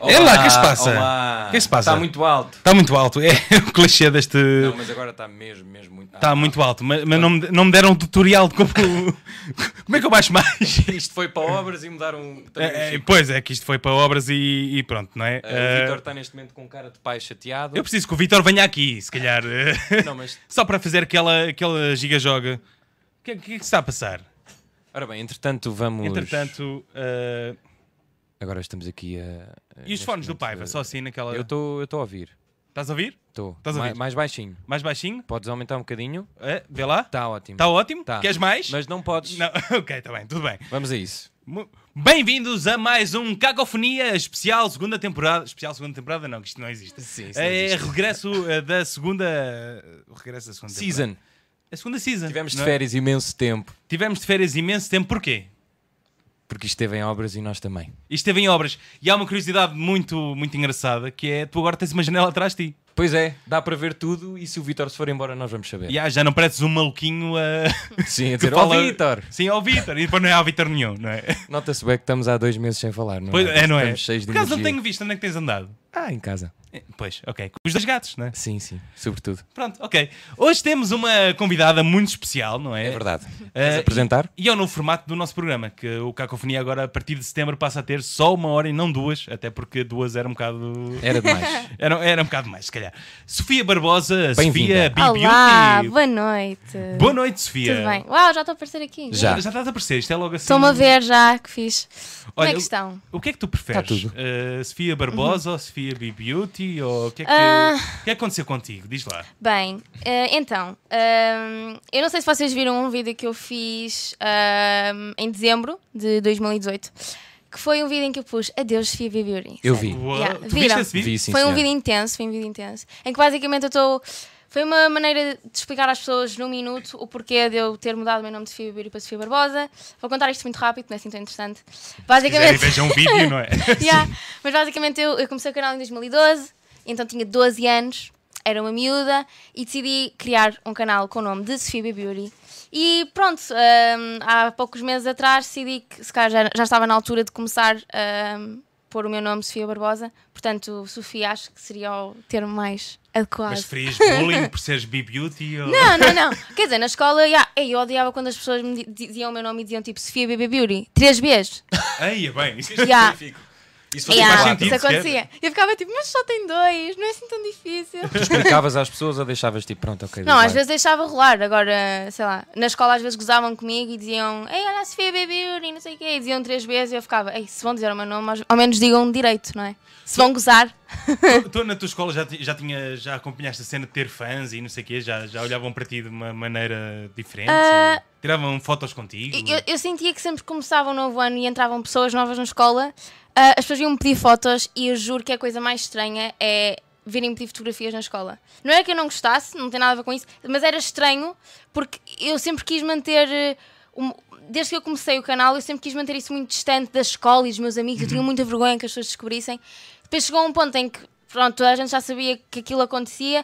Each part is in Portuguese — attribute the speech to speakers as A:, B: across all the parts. A: É lá, o que se passa?
B: olá.
A: O que se passa?
B: Está muito alto.
A: Está muito alto, é o clichê deste.
B: Não, mas agora está mesmo, mesmo muito
A: Está
B: alto.
A: Tá muito alto, mas, mas não, me, não me deram um tutorial de como, como é que eu baixo mais.
B: Isto foi para obras e mudaram um também o
A: É, é,
B: chip.
A: pois é, que isto foi para obras e, e pronto, não é?
B: Ah, O Vitor
A: Eh,
B: está neste momento com cara de pai chateado.
A: eu preciso que o Vitor venha aqui, se calhar. eh,
B: Não, mas-
A: Só para fazer aquela, aquela giga-joga. O que, é- o que é que se está a passar?
B: Ora bem, entretanto vamos...
A: Entretanto, eh,
B: Agora estamos aqui a...
A: e os
B: neste
A: fones do
B: momento,
A: Paiva,
B: eh,
A: só assim naquela.
B: Eu estou eu tô a ouvir.
A: Estás a ouvir?
B: Estou.
A: Estás a
B: Mais,
A: ouvir?
B: baixinho.
A: Mais baixinho?
B: Podes aumentar um bocadinho?
A: Eh, vê lá.
B: Está ótimo.
A: Está ótimo?
B: Tá.
A: Queres mais?
B: Mas não podes...
A: Não, ok, está bem, tudo bem.
B: Vamos a isso.
A: Mu- Bem-vindos a mais um Cacofonia Especial Segunda Temporada. Especial Segunda Temporada? Não, que isto não existe.
B: Sim, isso não
A: é
B: existe.
A: regresso eh, da segunda. eh, Regresso da segunda temporada.
B: Season.
A: A segunda season.
B: Tivemos de
A: não é?
B: férias imenso tempo.
A: Tivemos de férias imenso tempo. Porquê?
B: Porque isto esteve em obras e nós também.
A: Isto esteve em obras. E há uma curiosidade muito, muito engraçada que é: tu agora tens uma janela atrás de ti.
B: Pois é, dá para ver tudo e se o Vitor se for embora nós vamos saber.
A: E ah, já não pareces um maluquinho a.
B: Sim, a
A: que
B: É. dizer, ó
A: fala-
B: Vitor!
A: Sim, ao Vitor. E depois não é ao Vitor nenhum, não é?
B: Nota-se bem que estamos há dois meses sem falar, não
A: Pois,
B: é?
A: é, não é?
B: Estamos cheios de
A: Por acaso não
B: energia.
A: tenho visto onde é que tens andado.
B: Ah, em casa.
A: Eh, Pois, ok. Com os dois gatos, não é?
B: Sim, sim, sobretudo.
A: Pronto, ok. Hoje temos uma convidada muito especial, não é?
B: É verdade. Queres
A: Eh,
B: apresentar?
A: E é o novo formato do nosso programa, que o Cacofonia agora, a partir de setembro, passa a ter só uma hora e não duas, até porque duas era um bocado.
B: Era demais.
A: Era, era um bocado mais, se calhar. Sofia Barbosa, Sofia
B: Bem-vinda.
A: Be
C: Olá,
A: Beauty.
C: boa noite.
A: Boa noite,
C: Tudo
A: Sofia.
C: bem? Uau, já estou a aparecer aqui.
B: Já.
A: Já estás a aparecer, isto é logo assim.
C: Estão-me a ver já, que fiz. Como é
A: Olha,
C: que estão?
A: O que é que tu preferes?
B: Tá tudo.
A: Eh, Sofia Barbosa ou Sofia Be Beauty? Ou o que é que, o
C: Ah.
A: que é que aconteceu contigo? Diz lá.
C: Bem, eh, então, ahm, eu não sei se vocês viram um vídeo que eu fiz ahm, em dezembro de 2018, que foi um vídeo em que eu pus Adeus, Sofia B. Beauty.
B: Eu
C: sabe?
B: vi.
A: Uou,
C: Yeah,
A: tu viste
C: viram?
A: esse vídeo?
B: Vi, sim,
C: foi um
B: senhora.
C: vídeo intenso, foi um vídeo intenso, em que basicamente eu estou. Foi uma maneira de explicar às pessoas num minuto o porquê de eu ter mudado o meu nome de Sofia Beauty para Sofia Barbosa. Vou contar isto muito rápido, não é assim tão interessante.
A: Quiserem,
C: Basicamente.
A: Vejam um vídeo, não é?
C: Yeah. Mas basicamente eu, eu comecei o canal em 2012, então tinha 12 anos, era uma miúda e decidi criar um canal com o nome de Sofia B. Beauty. E pronto, hum, há poucos meses atrás decidi que se calhar já, já estava na altura de começar a pôr o meu nome Sofia Barbosa, portanto, Sofia acho que seria o termo mais adequado.
A: Mas ferias bullying por seres Be Beauty? Ou...
C: Não, não, não. Quer dizer, na escola, yeah, ei, eu odiava quando as pessoas me di- diziam o meu nome e diziam tipo Sofia BB Beauty. Três vezes.
A: Ai, é bem. Isto
C: Yeah.
B: Isso
A: fosse
C: Yeah,
A: faz
B: quatro.
A: sentido,
C: isso
A: sequer.
C: acontecia. E eu ficava tipo, mas só tem dois, não é assim tão difícil.
B: Tu explicavas às pessoas ou deixavas tipo, pronto, ok.
C: Não,
B: vai.
C: às vezes deixava rolar, agora, sei lá, na escola às vezes gozavam comigo e diziam, ei, olha a Sofia B. Beauty, não sei o quê, e diziam três vezes e eu ficava, ei, se vão dizer o meu nome, ao menos digam direito, não é? Se vão gozar.
A: Tu na tua escola já, ti- já, tinha, já acompanhaste a cena de ter fãs e não sei o quê? Já, já olhavam para ti de uma maneira diferente? Tiravam fotos contigo?
C: E Ah. Eu, eu sentia que sempre que começava um novo ano e entravam pessoas novas na escola, ah, as pessoas iam-me pedir fotos e eu juro que a coisa mais estranha é virem pedir fotografias na escola. Não era que eu não gostasse, não tem nada a ver com isso, mas era estranho porque eu sempre quis manter. eh, um- Desde que eu comecei o canal, eu sempre quis manter isso muito distante da escola e dos meus amigos. Eu tinha muita vergonha que as pessoas descobrissem. Depois chegou um ponto em que, pronto, toda a gente já sabia que aquilo acontecia.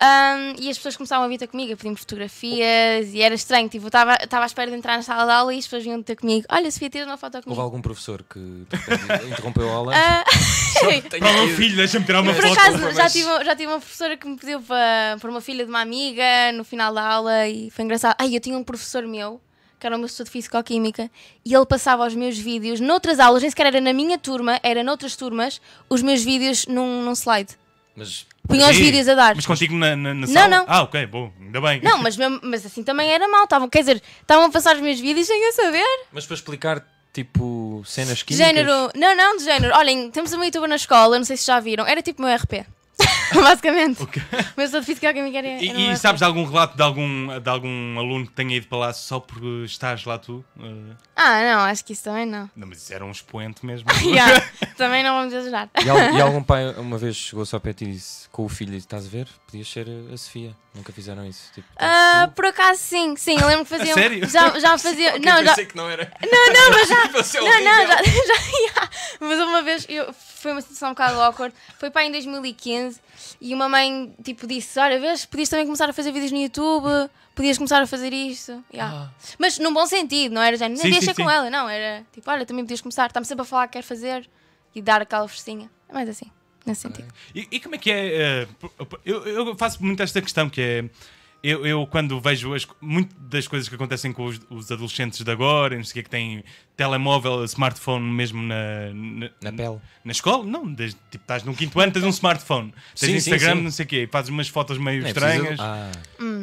C: Ahm, e as pessoas começavam a vir ter comigo, a pedir-me fotografias e era estranho. Tipo, eu estava estava à espera de entrar na sala de aula e as pessoas vinham ter comigo. Olha, Sofia, tiras uma foto
B: Houve
C: comigo.
B: algum professor que de repente, interrompeu a aula?
C: Ah.
B: Tenho
A: Para o meu
B: medo.
A: filho, deixa-me tirar uma
C: Por
A: foto.
C: acaso,
B: mas-
C: já tive, já tive uma professora que me pediu para, para uma filha de uma amiga no final da aula e foi engraçado. Ai, eu tinha um professor meu, que era o meu professor de Físico-Química, e ele passava os meus vídeos noutras aulas, nem sequer era na minha turma, era noutras turmas, os meus vídeos num, num slide.
B: Mas
C: Punha os
A: Ih,
C: vídeos a dar.
A: Mas contigo na, na, na
C: Não,
A: sala?
C: não.
A: Ah, ok, bom, ainda bem.
C: Não, mas, mesmo- mas assim também era mal. Estavam, quer dizer, estavam a passar os meus vídeos sem eu saber.
B: Mas para explicar, tipo, cenas
C: De
B: químicas.
C: género. Não, não, de género. Olhem, temos uma youtuber na escola, não sei se já viram. Era tipo o meu RP. Basicamente. Mas eu difícil que alguém me queria.
A: E, e sabes de
C: assim.
A: algum relato de algum, de algum aluno que tenha ido para lá só por uh, estares lá tu? Uh,
C: Ah, não, acho que isso também não.
A: não, mas isso era um expoente mesmo.
C: Yeah, também não vamos exagerar.
B: E, al- e algum pai uma vez chegou só para ti e disse com o filho: e disse, Estás a ver? Podias ser a Sofia. Nunca fizeram isso. Tipo,
C: Ah, por acaso sim, sim, eu lembro que faziam.
A: sério?
C: Já, já faziam. não, já,
B: que não era.
C: não, não, mas já.
B: Você
A: É
C: Não, não, já, já, já. Mas uma vez eu- foi uma situação um bocado awkward. Foi para em 2015 e uma mãe tipo disse: Olha, vês, podias também começar a fazer vídeos no YouTube, podias começar a fazer isto. Yeah. Mas num bom sentido, não era já, nem
A: Ah. Sim, sim,
C: deixa
A: sim.
C: com ela, não, era tipo, olha, também podias começar, está-me sempre a falar que quer fazer e dar aquela forcinha. É mais assim, nesse sentido.
A: E, e como é que é? eh, eu, eu faço muito esta questão que é. Eu, eu quando vejo as, muito das coisas que acontecem com os, os adolescentes de agora, não sei o que, que têm telemóvel, smartphone mesmo na, na,
B: Na pele.
A: na escola, não, desde, tipo, estás num quinto ano, tens um smartphone, tens
B: Sim, sim,
A: Instagram,
B: sim.
A: não sei o quê, fazes umas fotos meio
B: Não é preciso-
A: estranhas.
B: Ah,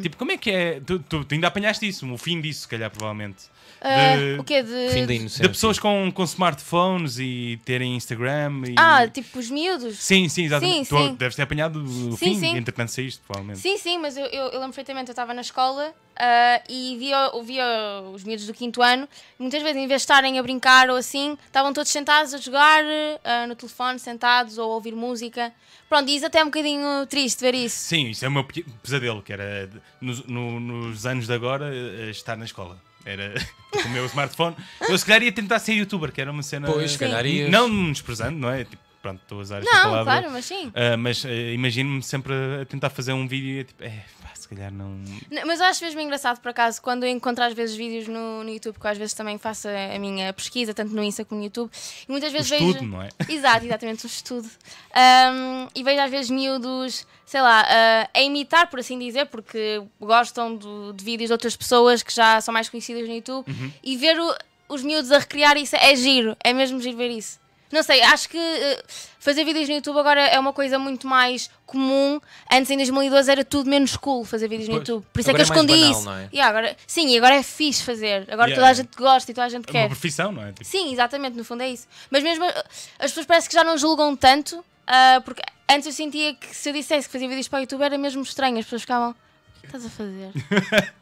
A: Tipo, como é que é? Tu, tu- tu ainda apanhaste isso, o fim disso, se calhar, provavelmente.
C: Ah,
A: De-
C: o quê? De,
B: fim da
A: Eh, De
B: inocência.
A: pessoas com, com smartphones e terem Instagram e.
C: Ah, tipo os miúdos?
A: Sim, sim, exatamente.
C: Sim,
A: tu
C: sim.
A: deves ter apanhado o
C: Sim,
A: fim,
C: sim.
A: entretanto saíste, provavelmente.
C: Sim, sim, mas eu, eu, eu lembro perfeitamente, eu estava na escola ah, e via, via os miúdos do quinto ano, muitas vezes em vez de estarem a brincar ou assim, estavam todos sentados a jogar ah, no telefone, sentados ou a ouvir música. Pronto, e isso até é um bocadinho triste ver isso.
A: Sim, isso é o meu pequ- pesadelo, que era de- nos, no- nos anos de agora eh, estar na escola. Era com o meu smartphone. Eu se calhar ia tentar ser youtuber, que era uma cena.
B: Pois, se calhar ias.
A: Não me desprezando, não é? Tipo, pronto, estou a usar esta
C: Não,
A: palavra.
C: claro, mas sim.
A: Ah, mas eh, imagino-me sempre a tentar fazer um vídeo e é tipo, é, pá, se calhar não.
C: N- Mas eu acho mesmo engraçado, por acaso, quando eu encontro às vezes vídeos no, no YouTube, que eu às vezes também faço a, a minha pesquisa, tanto no Insta como no YouTube, e muitas vezes vejo.
A: Estudo, não é?
C: Exato, exatamente, um estudo. Ahm, e vejo às vezes miúdos, sei lá, ah, a imitar, por assim dizer, porque gostam do- de vídeos de outras pessoas que já são mais conhecidas no YouTube,
A: Uhum.
C: e ver o- os miúdos a recriar isso é giro, é mesmo giro ver isso. Não sei, acho que ah, fazer vídeos no YouTube agora é uma coisa muito mais comum. Antes, em 2012, era tudo menos cool fazer vídeos no
B: Pois.
C: YouTube. Por isso
B: Agora
C: é
B: é
C: que eu
B: mais
C: escondi
B: banal,
C: isso.
B: não é?
C: E agora, sim, e agora é fixe fazer. Agora
A: Yeah,
C: toda a
A: yeah.
C: gente gosta e toda a
A: É
C: gente
A: uma
C: quer.
A: profissão, não é? Tipo,
C: Sim, exatamente, no fundo é isso. Mas mesmo uh, as pessoas parece que já não julgam tanto, uh, porque antes eu sentia que se eu dissesse que fazia vídeos para o YouTube era mesmo estranho, as pessoas ficavam. O que estás a fazer?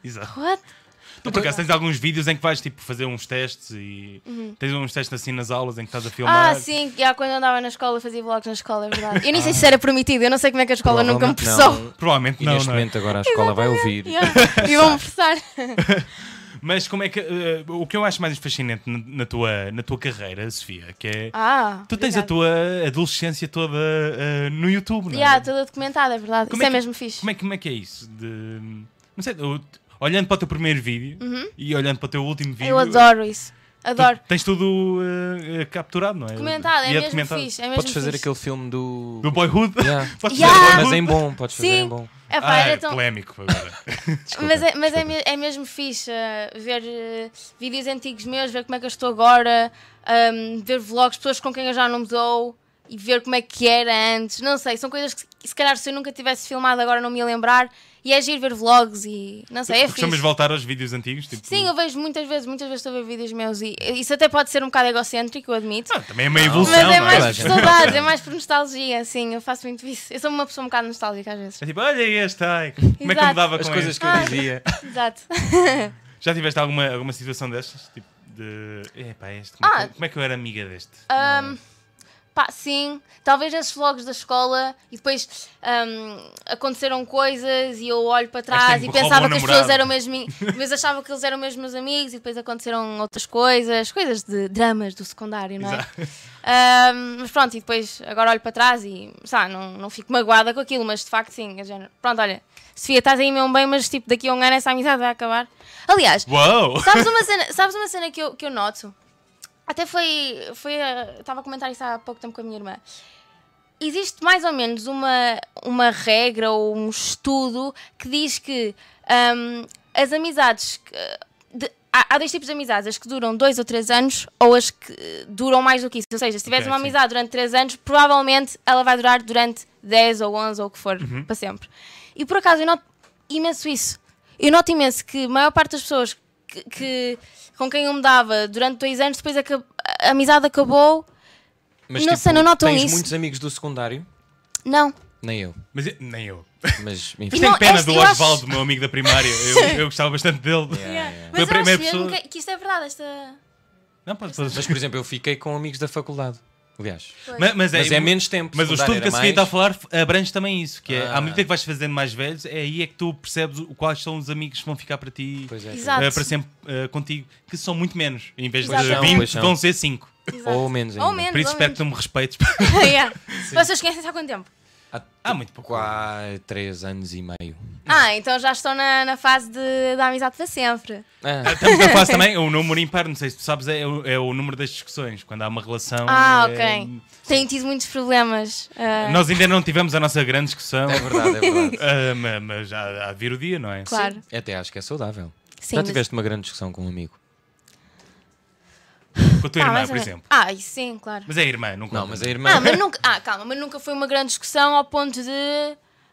A: exato.
C: What?
A: Tu
B: Então-
A: por acaso tens alguns vídeos em que vais tipo fazer uns testes e tens uns testes assim nas aulas em que estás a filmar.
C: Uhum. Ah, sim, já quando eu andava na escola, fazia vlogs na escola, é verdade. Eu nem sei se era permitido, eu não sei como é que a escola nunca me
B: Provavelmente
C: pressou.
B: não.
A: Provavelmente
B: E
A: não,
B: neste
A: não é?
B: momento agora a escola vai ouvir.
C: Yeah, E vão-me pressar.
A: Mas como é que. eh, o que eu acho mais fascinante na, na tua, na tua carreira, Sofia, que é.
C: Ah,
A: tu tens a
C: obrigada.
A: tua adolescência toda eh, no YouTube, não é?
C: Yeah, toda documentada, é verdade.
A: Como
C: Isso
A: é
C: é,
A: que-
C: mesmo fixe.
A: Como é, que- como é que é isso? De, não sei, eu- olhando para o teu primeiro vídeo e olhando para o teu último vídeo.
C: Uhum. Eu adoro isso.
A: tu-
C: Adoro.
A: Tens tudo eh, eh, capturado, não é?
C: Documentado, é
A: E
C: mesmo
A: documentado.
C: fixe. É mesmo
B: Podes fazer
C: fixe.
B: aquele filme do.
A: Do boyhood?
B: Yeah.
A: Podes
C: Yeah.
A: fazer
B: Mas é
A: boyhood?
B: em bom, podes fazer
C: Ah, Sim.
B: em bom.
C: É, pá,
A: Ah,
C: era
A: é
C: tão-
A: polémico agora.
B: Desculpa,
C: Mas, é, mas é,
B: desculpa.
C: me- é mesmo fixe uh, ver uh, vídeos antigos meus, ver como é que eu estou agora, um, ver vlogs, pessoas com quem eu já não me dou e ver como é que era antes. Não sei, são coisas que se- se calhar se eu nunca tivesse filmado agora não me ia lembrar. E é giro ver vlogs e não sei, é
A: Tu costumas
C: fixe.
A: voltar aos vídeos antigos? Tipo,
C: Sim, eu vejo muitas vezes, muitas vezes estou a ver vídeos meus e isso até pode ser um bocado egocêntrico, eu admito.
A: Ah, também é uma evolução,
C: Mas é
A: não
C: mais
B: toda a
C: por
B: gente.
C: saudades, é mais por nostalgia, sim, eu faço muito isso. Eu sou uma pessoa um bocado nostálgica às vezes.
A: É tipo, olha este, ai, como é que eu
C: Exato.
A: me dava
B: As
A: com
B: coisas
A: este?
B: que eu
C: Ah.
B: dizia.
C: Exato.
A: Já tiveste alguma, alguma situação destas? Tipo, de. Epá, este. Como, é
C: Ah.
A: que, como é que eu era amiga deste?
C: Pá, sim, talvez esses vlogs da escola e depois hum, aconteceram coisas e eu olho para trás
A: Esta
C: e
A: rouba
C: pensava
A: um
C: que as
A: namorado.
C: pessoas eram mesmo. mi- Mas achava que eles eram mesmo meus amigos e depois aconteceram outras coisas, coisas de dramas do secundário, não é? Hum, mas pronto, e depois agora olho para trás e sei lá, não, não fico magoada com aquilo, mas de facto sim, é do género. Pronto, olha, Sofia, estás aí mesmo bem, mas tipo daqui a um ano essa amizade vai acabar. Aliás,
A: Uou!
C: Sabes uma cena, sabes uma cena que, eu, que eu noto? Até foi. foi eh, Estava a comentar isso há pouco tempo com a minha irmã. Existe mais ou menos uma, uma regra ou um estudo que diz que ahm, as amizades. que, eh, de- há, há dois tipos de amizades, as que duram dois ou três anos ou as que eh, duram mais do que isso. Ou seja, se tiveres
A: Ok,
C: uma
A: sim.
C: amizade durante três anos, provavelmente ela vai durar durante 10 ou 11 ou o que for,
A: Uhum.
C: para sempre. E por acaso eu noto imenso isso. Eu noto imenso que a maior parte das pessoas que, que- com quem eu me dava durante dois anos, depois acab- a amizade acabou.
B: Mas
C: Não
B: tipo,
C: sei, não notam
B: tens
C: isso?
B: muitos amigos do secundário?
C: Não.
B: Nem eu.
A: Mas eu- nem eu.
B: Mas
C: E
B: enfim.
A: Tenho
C: não,
A: pena
C: este-
A: do
C: eu acho-
A: Osvaldo, meu amigo da primária. Eu, eu gostava bastante dele.
B: É.
A: Foi a
C: Mas eu
A: primeira
C: acho mesmo
A: pessoa-
C: que, que isto é verdade, esta.
A: Não, pode, pode.
B: Mas por exemplo, eu fiquei com amigos da faculdade. Aliás.
A: Mas, mas é,
B: Mas é menos tempo.
A: Mas o estudo
B: secundário
A: que a tá
B: era
A: Sofia está a
B: mais.
A: falar abrange também isso, que é
B: Ah.
A: à medida que vais fazendo mais velhos, é aí é que tu percebes o- quais são os amigos que vão ficar para ti
B: Pois é,
C: Exato.
A: eh, para sempre eh, contigo, que são muito menos. Em vez
C: Pois
A: de
C: são,
A: 20,
B: pois são.
A: vão ser 5.
B: Ou menos
C: Ou
B: ainda.
C: menos.
A: Por isso
C: ou
A: espero que
C: menos.
A: tu me respeites.
C: yeah. Vocês conhecem-se há quanto tempo?
B: Há Há
A: Há muito pouco.
B: quase 3 anos e meio.
C: Ah, então já estou na, na fase de, da amizade para sempre.
B: Ah,
A: Estamos na fase também, o número ímpar, não sei se tu sabes, é, o- é o número das discussões. Quando há uma relação.
C: Ah,
A: é-
C: ok. Tenho tido muitos problemas. ah,
A: Nós ainda não tivemos a nossa grande discussão,
B: é verdade, é verdade.
A: ah, ma- mas já há de vir o dia, não é?
C: claro. Sim,
B: Até acho que é saudável. Já
C: mas-
B: tiveste uma grande discussão com um amigo?
A: Com a tua
C: Ah,
A: irmã,
C: mais
A: por
C: ou menos.
A: exemplo.
C: Ah, isso sim, claro.
A: Mas é a irmã, não conta.
B: Não, mas a irmã.
C: Ah, mas nunca, ah, calma, mas nunca foi uma grande discussão ao ponto de,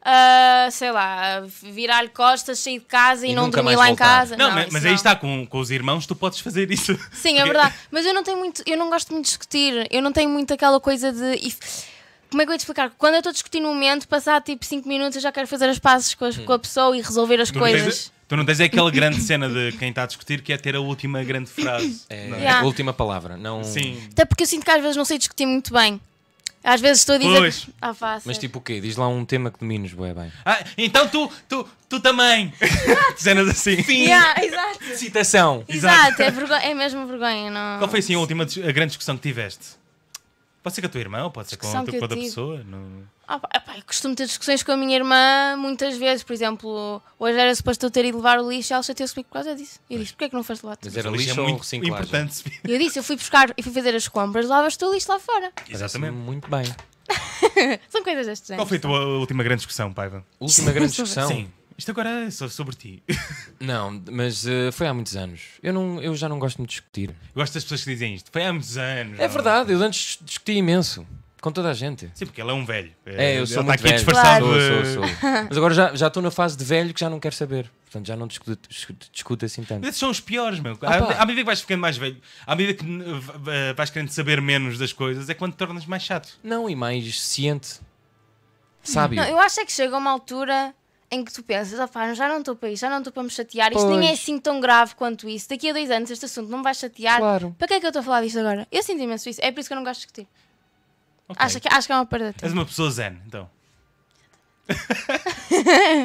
C: ah, sei lá, virar-lhe costas, sair de casa e,
B: E
C: não
B: nunca
C: dormir
B: mais
C: lá em
B: voltar.
C: casa.
A: Não, mas, é
C: isso
A: mas aí está, com, com os irmãos tu podes fazer isso.
C: Sim, é
A: Porque-
C: verdade. Mas eu não tenho muito, eu não gosto muito de discutir. Eu não tenho muito aquela coisa de. if- Como é que eu ia te explicar? Quando eu estou a discutir no momento, passar tipo 5 minutos, eu já quero fazer as pazes com, as- com a pessoa e resolver as
A: Hum. Tu não,
C: coisas.
A: tens, tu não tens aquela grande cena de quem está a discutir que é ter a última grande frase.
B: É,
A: não é?
C: Yeah.
B: A última palavra. Não...
A: Sim.
C: Até porque eu sinto que às vezes não sei discutir muito bem. Às vezes estou a dizer.
A: Pois.
C: Ah, vá,
B: Mas
C: sério.
B: tipo o quê? Diz lá um tema que domines, bué bem.
A: Ah, então tu, tu, tu também. Cenas assim.
C: Yeah, exato.
B: Citação!
A: Exato.
C: Exato, é, vergonha, é mesmo vergonha, não?
A: Qual foi assim a última dis- a grande discussão que tiveste? Pode ser com a tua irmã, ou pode ser com,
C: Discussão
A: outra-
C: que eu
A: com outra
C: tive.
A: pessoa. não-
C: Ah, pá, epá, eu costumo ter discussões com a minha irmã muitas vezes. Por exemplo, hoje era suposto eu ter ido levar o lixo e ela chateou-se comigo por causa disso. E eu disse: porquê é que não foste lá? tu?"
B: Mas era
A: O
B: lixo ou reciclagem?
A: importante. se-
C: E eu disse, eu fui buscar e fui fazer as compras, lavas tu o lixo lá fora.
B: Parece-me
A: Exatamente.
B: Muito bem.
C: São coisas destes
A: Qual
C: anos.
A: foi a tua última grande discussão, Paiva?
B: Última grande discussão.
A: Sim. Isto agora é só sobre ti.
B: Não, mas eh, foi há muitos anos. Eu, não, eu já não gosto muito de discutir.
A: Eu gosto das pessoas que dizem isto. Foi há muitos anos.
B: É
A: não?
B: verdade, eu antes discuti imenso. Com toda a gente.
A: Sim, porque ele é um velho.
B: É, eu
A: Ele
B: sou
A: está
B: muito
A: aqui
B: velho.
A: disfarçado.
B: Sou,
A: de-
B: sou, sou. Mas agora já já estou na fase de velho que já não quero saber. Portanto, já não discuto, discuto- discuto assim tanto.
A: Esses são os piores, meu.
B: Ah, pá.
A: à, à medida que vais ficando mais velho, à medida que uh, v- eh, vais querendo saber menos das coisas, é quando te tornas mais chato.
B: Não, e mais ciente. Sábio.
C: Não, eu acho é que chega uma altura em que tu pensas, "Ah pá, já não estou para isto, já não estou para me chatear, isto nem é
B: Pois.
C: assim tão grave quanto isso. Daqui a dois anos este assunto não me vai chatear.
B: Claro.
C: Para que é que eu estou a falar disto agora? Eu sinto imenso isso, é por isso que eu não gosto de discutir.
A: Ok.
C: Acho, que, acho que é uma perda de tempo.
A: És uma pessoa zen, então.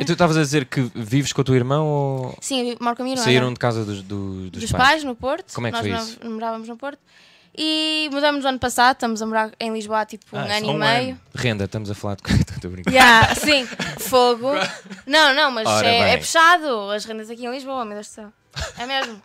B: E tu estavas a dizer que vives com o teu irmão ou
C: Sim, eu vi- moro com a minha irmã.
B: saíram
C: não? é?
B: de casa dos, do-
C: dos, pais. no Porto.
B: Como é que
C: Nós
B: foi
C: morava-
B: isso?
C: morávamos no Porto. E mudamos no ano passado, estamos a morar em Lisboa há tipo
A: Ah,
C: um
A: só
C: ano e
A: um
C: meio.
A: ano.
B: Renda, estamos a falar de coisa. Estou a brincar.
C: Yeah, sim, fogo. Não, não, mas
B: Ora
C: é,
B: bem.
C: é puxado. As rendas aqui em Lisboa, meu Deus do céu. É mesmo.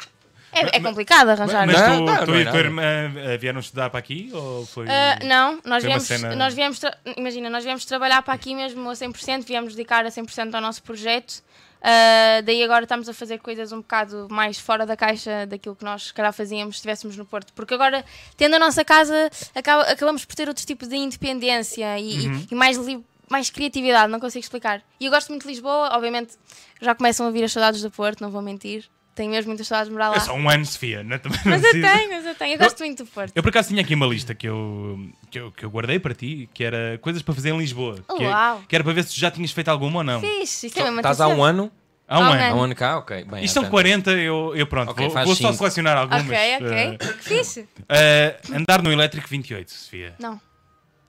C: É, é complicado arranjar.
A: Mas
C: Ah,
A: tu,
B: Não, não,
A: tu
B: não
A: e
B: é
A: a tua
B: nada.
A: irmã eh, vieram estudar para aqui? Ou foi.
C: Ah, não, nós
A: Foi uma
C: viemos,
A: cena-
C: nós viemos tra- imagina, nós viemos trabalhar para aqui mesmo a 100%, viemos dedicar a 100% ao nosso projeto. Ah, daí agora estamos a fazer coisas um bocado mais fora da caixa daquilo que nós, se calhar, fazíamos se estivéssemos no Porto. Porque agora, tendo a nossa casa, acaba- acabamos por ter outro tipo de independência e, e- e mais, li- mais criatividade, não consigo explicar. E eu gosto muito de Lisboa, obviamente já começam a vir as saudades do Porto, não vou mentir. Tenho mesmo muitas saudades de morar lá.
A: É só um ano, Sofia, não é? Também não
C: Mas eu
A: precisa.
C: tenho, mas eu tenho. Eu gosto muito do Porto.
A: Eu por acaso tinha aqui uma lista que eu, que eu, que eu guardei para ti, que era coisas para fazer em Lisboa. Que, é-
C: Uau.
A: que era para ver se tu já tinhas feito alguma ou não.
C: Fixe, isso é mesmo
B: Estás há um ano?
A: Então, Há um
C: Há um
A: ano.
B: Há um ano cá? Ok. Bem,
A: Isto são
B: há tanto.
A: 40, eu, eu pronto,
B: Ok,
A: vou,
B: faz
A: vou só
B: cinco.
A: selecionar algumas.
C: Ah, Ok, ok. Que fixe.
A: Eh, eh, andar no elétrico 28, Sofia.
C: Não.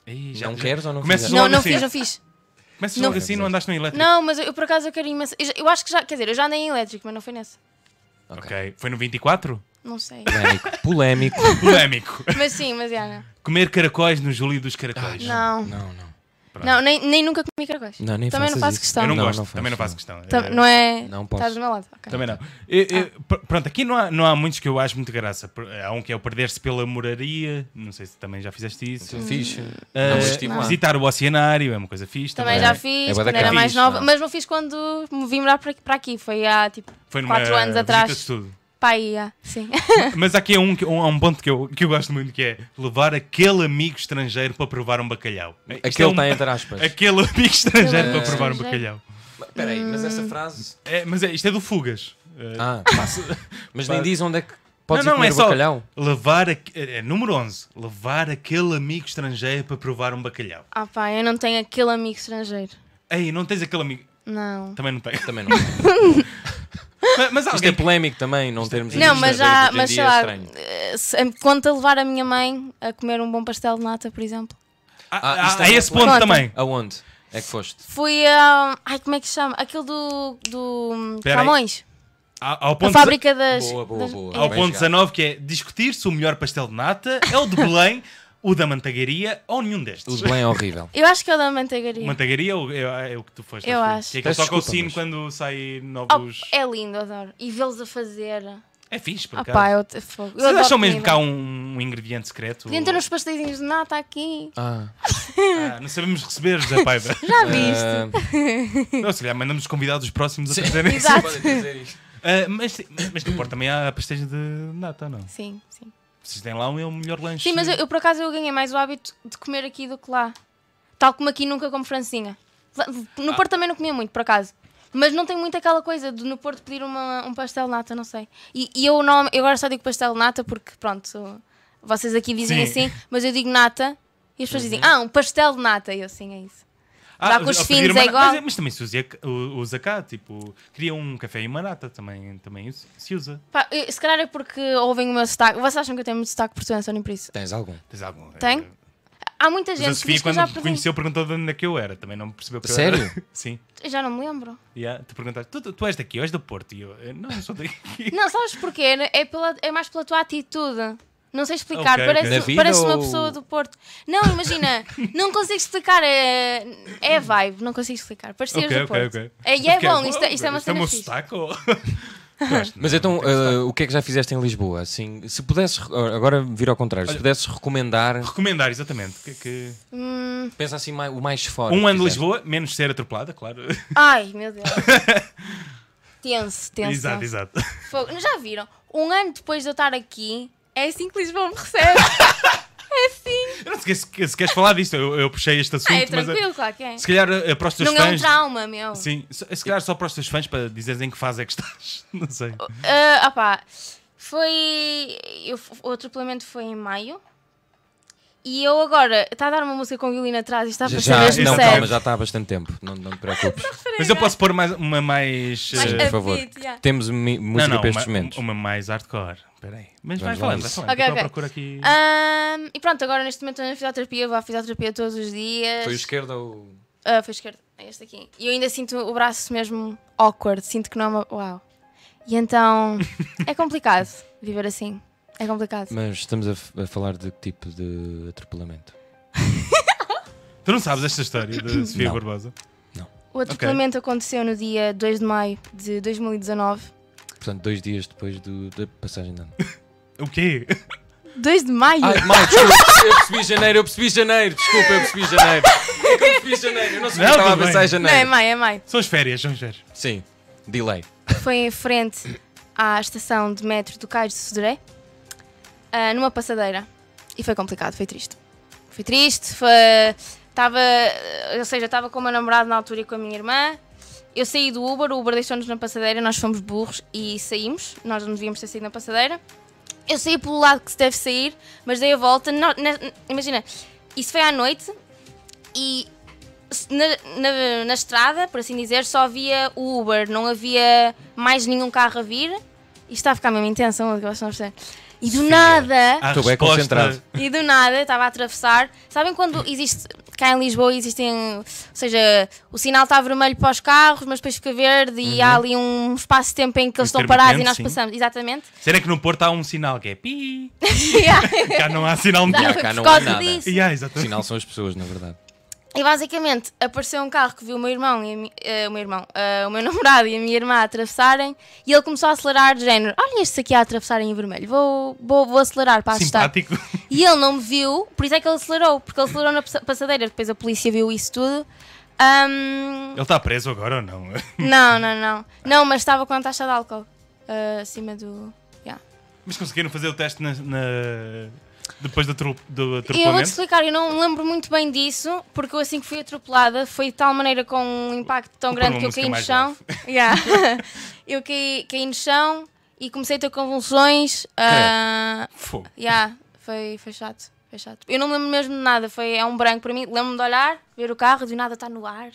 A: Ih,
B: Não queres ou não é
A: Começas
B: fizeste?
A: logo
C: Não, não
A: assim.
C: fiz, não fiz.
A: Começas
C: Não.
A: logo assim, não andaste no elétrico.
C: Não, mas eu por acaso eu quero imenso. Eu, já- eu acho que já, quer dizer, eu já andei em elétrico, mas não foi nessa.
A: Ok. Foi no 24?
C: Não sei.
B: Polémico. Polémico.
A: Polémico.
C: Mas sim, mas é, não.
A: Comer caracóis no Júlio dos Caracóis.
C: Não,
B: Não, não.
C: não, nem, nem nunca comi caracóis.
B: Não, nem
C: Também não
B: faças
C: faço
B: isso.
C: questão.
A: Eu não,
B: Não,
A: gosto,
B: não faço,
A: também não faço
B: não.
A: questão.
C: Tam-
A: Eh,
C: não é.
B: Não posso.
C: Estás do meu lado. ok.
A: Também não. Eh, eh, pr- Pronto, aqui não há, não há muitos que eu acho muito graça. Pr- Há um que é o perder-se pela moraria. Não sei se também já fizeste isso.
B: Fixe.
A: Eh,
B: Não, mas tipo, não.
A: visitar o oceanário é uma coisa fixe.
C: Também
A: Também,
C: já
B: É.
C: fiz
B: É bué da
C: quando era
B: caro.
C: mais
A: Fiz,
C: nova,
A: não.
C: mas não fiz quando me vim morar para aqui- para aqui. Foi há tipo
A: Foi numa
C: 4 anos
A: visita de
C: atrás.
A: estudo.
C: Pai, ia, sim.
A: Mas aqui é um, que- um, há um ponto que eu, que eu gosto muito que é levar aquele amigo estrangeiro para provar um bacalhau. Isto é
B: Aquele
A: um-
B: está entre aspas.
A: Aquele amigo estrangeiro
C: Aquele
A: para provar um
C: estrangeiro.
A: bacalhau.
B: Espera aí, mas essa frase.
A: É, mas é, isto é do Fugas. Eh,
B: Ah, mas nem diz onde é que podes
A: não,
B: ir
A: não,
B: comer
A: é só
B: bacalhau.
A: levar. aque- É, é número 11. Levar aquele amigo estrangeiro para provar um bacalhau.
C: Ah, pá, eu não tenho aquele amigo estrangeiro.
A: Ei, não tens aquele amigo.
C: Não.
A: Também não tenho.
B: Também não.
A: mas mas
B: Isto é
A: alguém. é-
B: polémico também, não termos
C: Não,
B: amigos
C: mas já,
B: estrangeiros hoje em
C: mas
B: dia
C: sei
B: é
C: lá,
B: estranho.
C: eh, se- conta levar a minha mãe a comer um bom pastel de nata, por exemplo.
A: há-
B: Ah,
A: há-
B: isto é
A: há
B: uma
A: esse ponto
C: polémica.
A: também.
B: Aonde é que foste?
C: Fui a. Ai, como é que se chama? Aquele do. do hum,
A: Pera aí.
C: Camões.
A: Há, há o
C: A
A: ponto,
C: fábrica das.
B: Boa, boa,
C: das-
B: boa.
A: há o
B: Bem
A: ponto
B: jogado.
A: 19 que é discutir se o melhor pastel de nata é o de Belém o da manteigaria ou nenhum
B: O
A: destes.
B: de Belém é horrível.
C: Eu acho que é o da manteigaria.
A: Manteigaria é o- é, é o que tu foste.
C: Eu
A: acho
C: acho.
A: Que é que
B: Peço
A: toca o
B: desculpa,
A: sino
B: mas-
A: quando sai
C: Oh,
A: novos. é...
C: é lindo, adoro. E vê-los a fazer.
A: fixe, por
C: Ah
A: acaso.
C: pá, eu te fogo. Eu
A: Vocês
C: adoro
A: acham mesmo
C: comida. Então,
A: que há um, um ingrediente secreto?
C: Podiam ter uns pastéis de nata aqui.
B: Ah,
A: Ah, não sabemos receber, José Paiva.
C: Já viste?
B: ah,
A: não, se calhar mandamos convidar os próximos a fazerem isso.
C: Exato.
A: Ah, mas, mas no Porto também há pastéis de nata, não?
C: Sim, sim.
A: Vocês têm lá um, é o melhor lanche.
C: Sim, mas eu, eu, por acaso eu ganhei mais o hábito de comer aqui do que lá. Tal como aqui nunca como francinha. Lá- No
A: Ah.
C: Porto também não comia muito, por acaso. Mas não tem muito aquela coisa de no Porto pedir uma- um pastel de nata, não sei. E, e eu, não, eu agora só digo pastel de nata porque, pronto, vocês aqui dizem
A: Sim. Uhum.
C: assim, mas eu digo nata e as pessoas dizem, ah, um pastel de nata. E eu, sim, é isso. lá com os
A: a pedir
C: finos
A: uma
C: é
A: na-
C: igual.
A: Mas, mas também se usa, u- usa cá, tipo, queria um café e uma nata, também, também isso se usa.
C: Pá, eu- se calhar é porque ouvem o meu sotaque. Vocês acham que eu tenho muito sotaque português, ou nem por isso.
B: tens algum?
A: Tens algum?
C: Tem?
A: Eh,
C: Há muita
A: É. Mas
C: gente
A: a
C: que diz
A: Sofia,
C: que eu já
A: quando me
C: perdi.
A: conheceu, perguntou de onde é que eu era. Também não percebeu que eu era.
B: Sério?
A: Sim.
C: Eu já não me lembro.
A: Yeah. Tu perguntaste, tu, tu- tu és daqui, ou és do Porto? E eu, "Eh, não, eu sou daqui.
C: Não, sabes porquê? É, pela, é mais pela tua atitude. Não sei explicar,
A: Ok,
C: parece,
B: ok. Na vida
C: parece uma
B: ou-
C: pessoa do Porto. Não, imagina, não consigo explicar, é, é a vibe, não consigo explicar. Parecias
A: Ok,
C: do
A: ok,
C: Porto.
A: ok. Oh,
C: É, e
A: Eu
C: é
A: fiquei,
C: bom, isto, é-
A: "Uau,
C: isto é uma
A: o
C: cena
A: meu
C: fixe.
A: um sotaque, oh. ou-" Gosto,
B: Mas
A: não,
B: então,
A: não tem sotaque.
B: ah, o que é que já fizeste em Lisboa? Assim, se pudesses, agora vir ao contrário, se pudesses recomendar,
A: Recomendar, exatamente. Que, que...
C: Hum,
B: pensa assim mai- o mais fora.
A: Um
B: que
A: ano de
B: fizeste.
A: Lisboa, menos ser atropelada, claro.
C: ai, meu Deus. tenso, tenso.
A: exato, exato.
C: Fogo. Já viram? Um ano depois de eu estar aqui, é assim que Lisboa me recebe. é assim.
A: Eu não sei se, que- se queres falar disto, eu, eu puxei este assunto.
C: Ah, é
A: mas, eh,
C: tranquilo, claro que é.
A: se calhar eh, para os teus
C: Não é um
A: fãs.
C: trauma, meu.
A: Sim, se se calhar só para os teus fãs para dizeres em que fase é que estás. Não sei.
C: Ah, opá, foi. eu f- o atropelamento foi em maio. E eu agora. Está a dar uma música com violino atrás e está a parecer
B: Já,
C: mesmo
B: já, não,
C: sério.
B: calma, já está há bastante tempo. Não, não te preocupes.
A: Mas eu posso pôr mais, uma mais.
C: Mais
A: eh,
B: Sim, por favor.
C: upbeat, yeah.
B: Temos mi- música
A: não, não,
B: para estes
A: uma,
B: momentos.
A: uma mais hardcore. Espera aí. Mas vai
B: Vamos lá
A: falando, vai
B: isso.
A: falando.
C: Ok,
A: eu estou
C: ok. Ah.
A: à procura aqui.
C: Ahm, e pronto, agora neste momento estou na fisioterapia, vou à fisioterapia todos os dias.
B: Foi o esquerda ou.
C: Ah, foi esquerda, é este aqui. E eu ainda sinto o braço mesmo awkward, sinto que não é uma. Uau! E então. é complicado viver assim. É complicado.
B: Mas estamos a, f- a falar de que tipo de atropelamento?
A: Tu não sabes esta história de Sofia
B: Não.
A: Barbosa?
C: O atropelamento aconteceu no dia 2 de maio de 2019.
B: Portanto, dois dias depois do- da passagem de ano.
A: O quê?
C: 2 de maio?
B: Ai, Maio, desculpa, eu percebi janeiro, eu percebi janeiro, desculpa, eu percebi janeiro. É que eu percebi janeiro, eu não sabia
A: Não,
B: que estava a
A: tudo
B: pensar
A: bem.
B: em
C: Não, é
B: janeiro.
C: maio, é maio.
A: São as férias, são as férias.
B: Sim, delay.
C: Foi em frente à estação de metro do Cais de Sodré, ah, numa passadeira. E foi complicado, foi triste. Foi triste, foi... Tava, ou seja, estava com o meu namorado na altura e com a minha irmã. Eu saí do Uber, o Uber deixou-nos na passadeira, nós fomos burros e saímos. Nós não devíamos ter saído na passadeira. Eu saí pelo lado que se deve sair, mas dei a volta. Não- na- imagina, isso foi à noite e se- na, na- na estrada, por assim dizer, só havia o Uber, não havia mais nenhum carro a vir. Isto está a ficar mesmo intenso, a onda que vocês não percebem. E do nada.
A: Há
B: Estou bem
A: resposta-
B: concentrado.
C: E do nada estava a atravessar. Sabem quando existe. Cá em Lisboa existem. Ou seja, o sinal está vermelho para os carros, mas depois fica verde e há ali um espaço de tempo em que eles estão parados e nós
A: Uhum. Intermitente, sim.
C: passamos. Exatamente.
A: Será que no Porto há um sinal que é pi?
C: Yeah.
A: Cá não há sinal nenhum.
B: Já,
C: Foi
B: cá
C: por
B: não há
C: causa
B: nada.
C: disso.
A: Yeah,
B: O
A: exatamente.
B: sinal são as pessoas, na verdade.
C: E basicamente apareceu um carro que viu o meu irmão e a mi- eh, o meu irmão, eh, o meu namorado e a minha irmã a atravessarem e ele começou a acelerar de género. Olha estes aqui a atravessarem em vermelho, vou, vou, vou acelerar para assustar.
A: Simpático.
C: E ele não me viu, por isso é que ele acelerou, porque ele acelerou na passa- passadeira, depois a polícia viu isso tudo. Ahm,
A: Ele está preso agora ou não?
C: Não, não, não. Não, mas estava com a taxa de álcool ah, acima do. Yeah.
A: Mas conseguiram fazer o teste na- na- depois do, atro- do
C: Eu vou-te
A: atropelamento?
C: explicar, eu não me lembro muito bem disso, porque eu assim que fui atropelada foi de tal maneira com um impacto tão
A: Vou pôr
C: grande
A: uma
C: que eu
A: música
C: caí no
A: mais
C: chão. Yeah. eu caí, caí no chão e comecei a ter convulsões. ah,
A: Fogo.
C: yeah, foi, foi chato. Foi chato. Eu não me lembro mesmo de nada, foi, é um branco para mim. Lembro-me de olhar, ver o carro, do nada está no ar.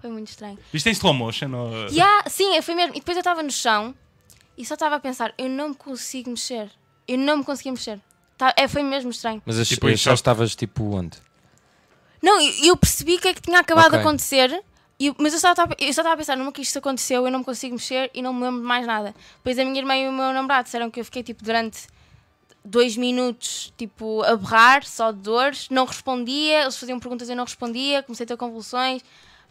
C: Foi muito estranho.
A: Isto é em slow motion? Ou...
C: Yeah, sim, foi mesmo. E depois eu estava no chão e só estava a pensar: eu não me consigo mexer. Eu não me conseguia mexer. Tá- é, foi mesmo estranho.
B: Mas as,
A: Tipo, em
B: já
A: choque.
B: estavas tipo onde?
C: Não, eu, eu percebi o que é que tinha acabado
B: Ok.
C: de acontecer, e- mas eu só estava eu só estava a pensar: numa que isto aconteceu, eu não me consigo mexer e não me lembro de mais nada. Depois a minha irmã e o meu namorado disseram que eu fiquei tipo durante dois minutos, tipo, a berrar, só de dores, não respondia, eles faziam perguntas e eu não respondia, comecei a ter convulsões.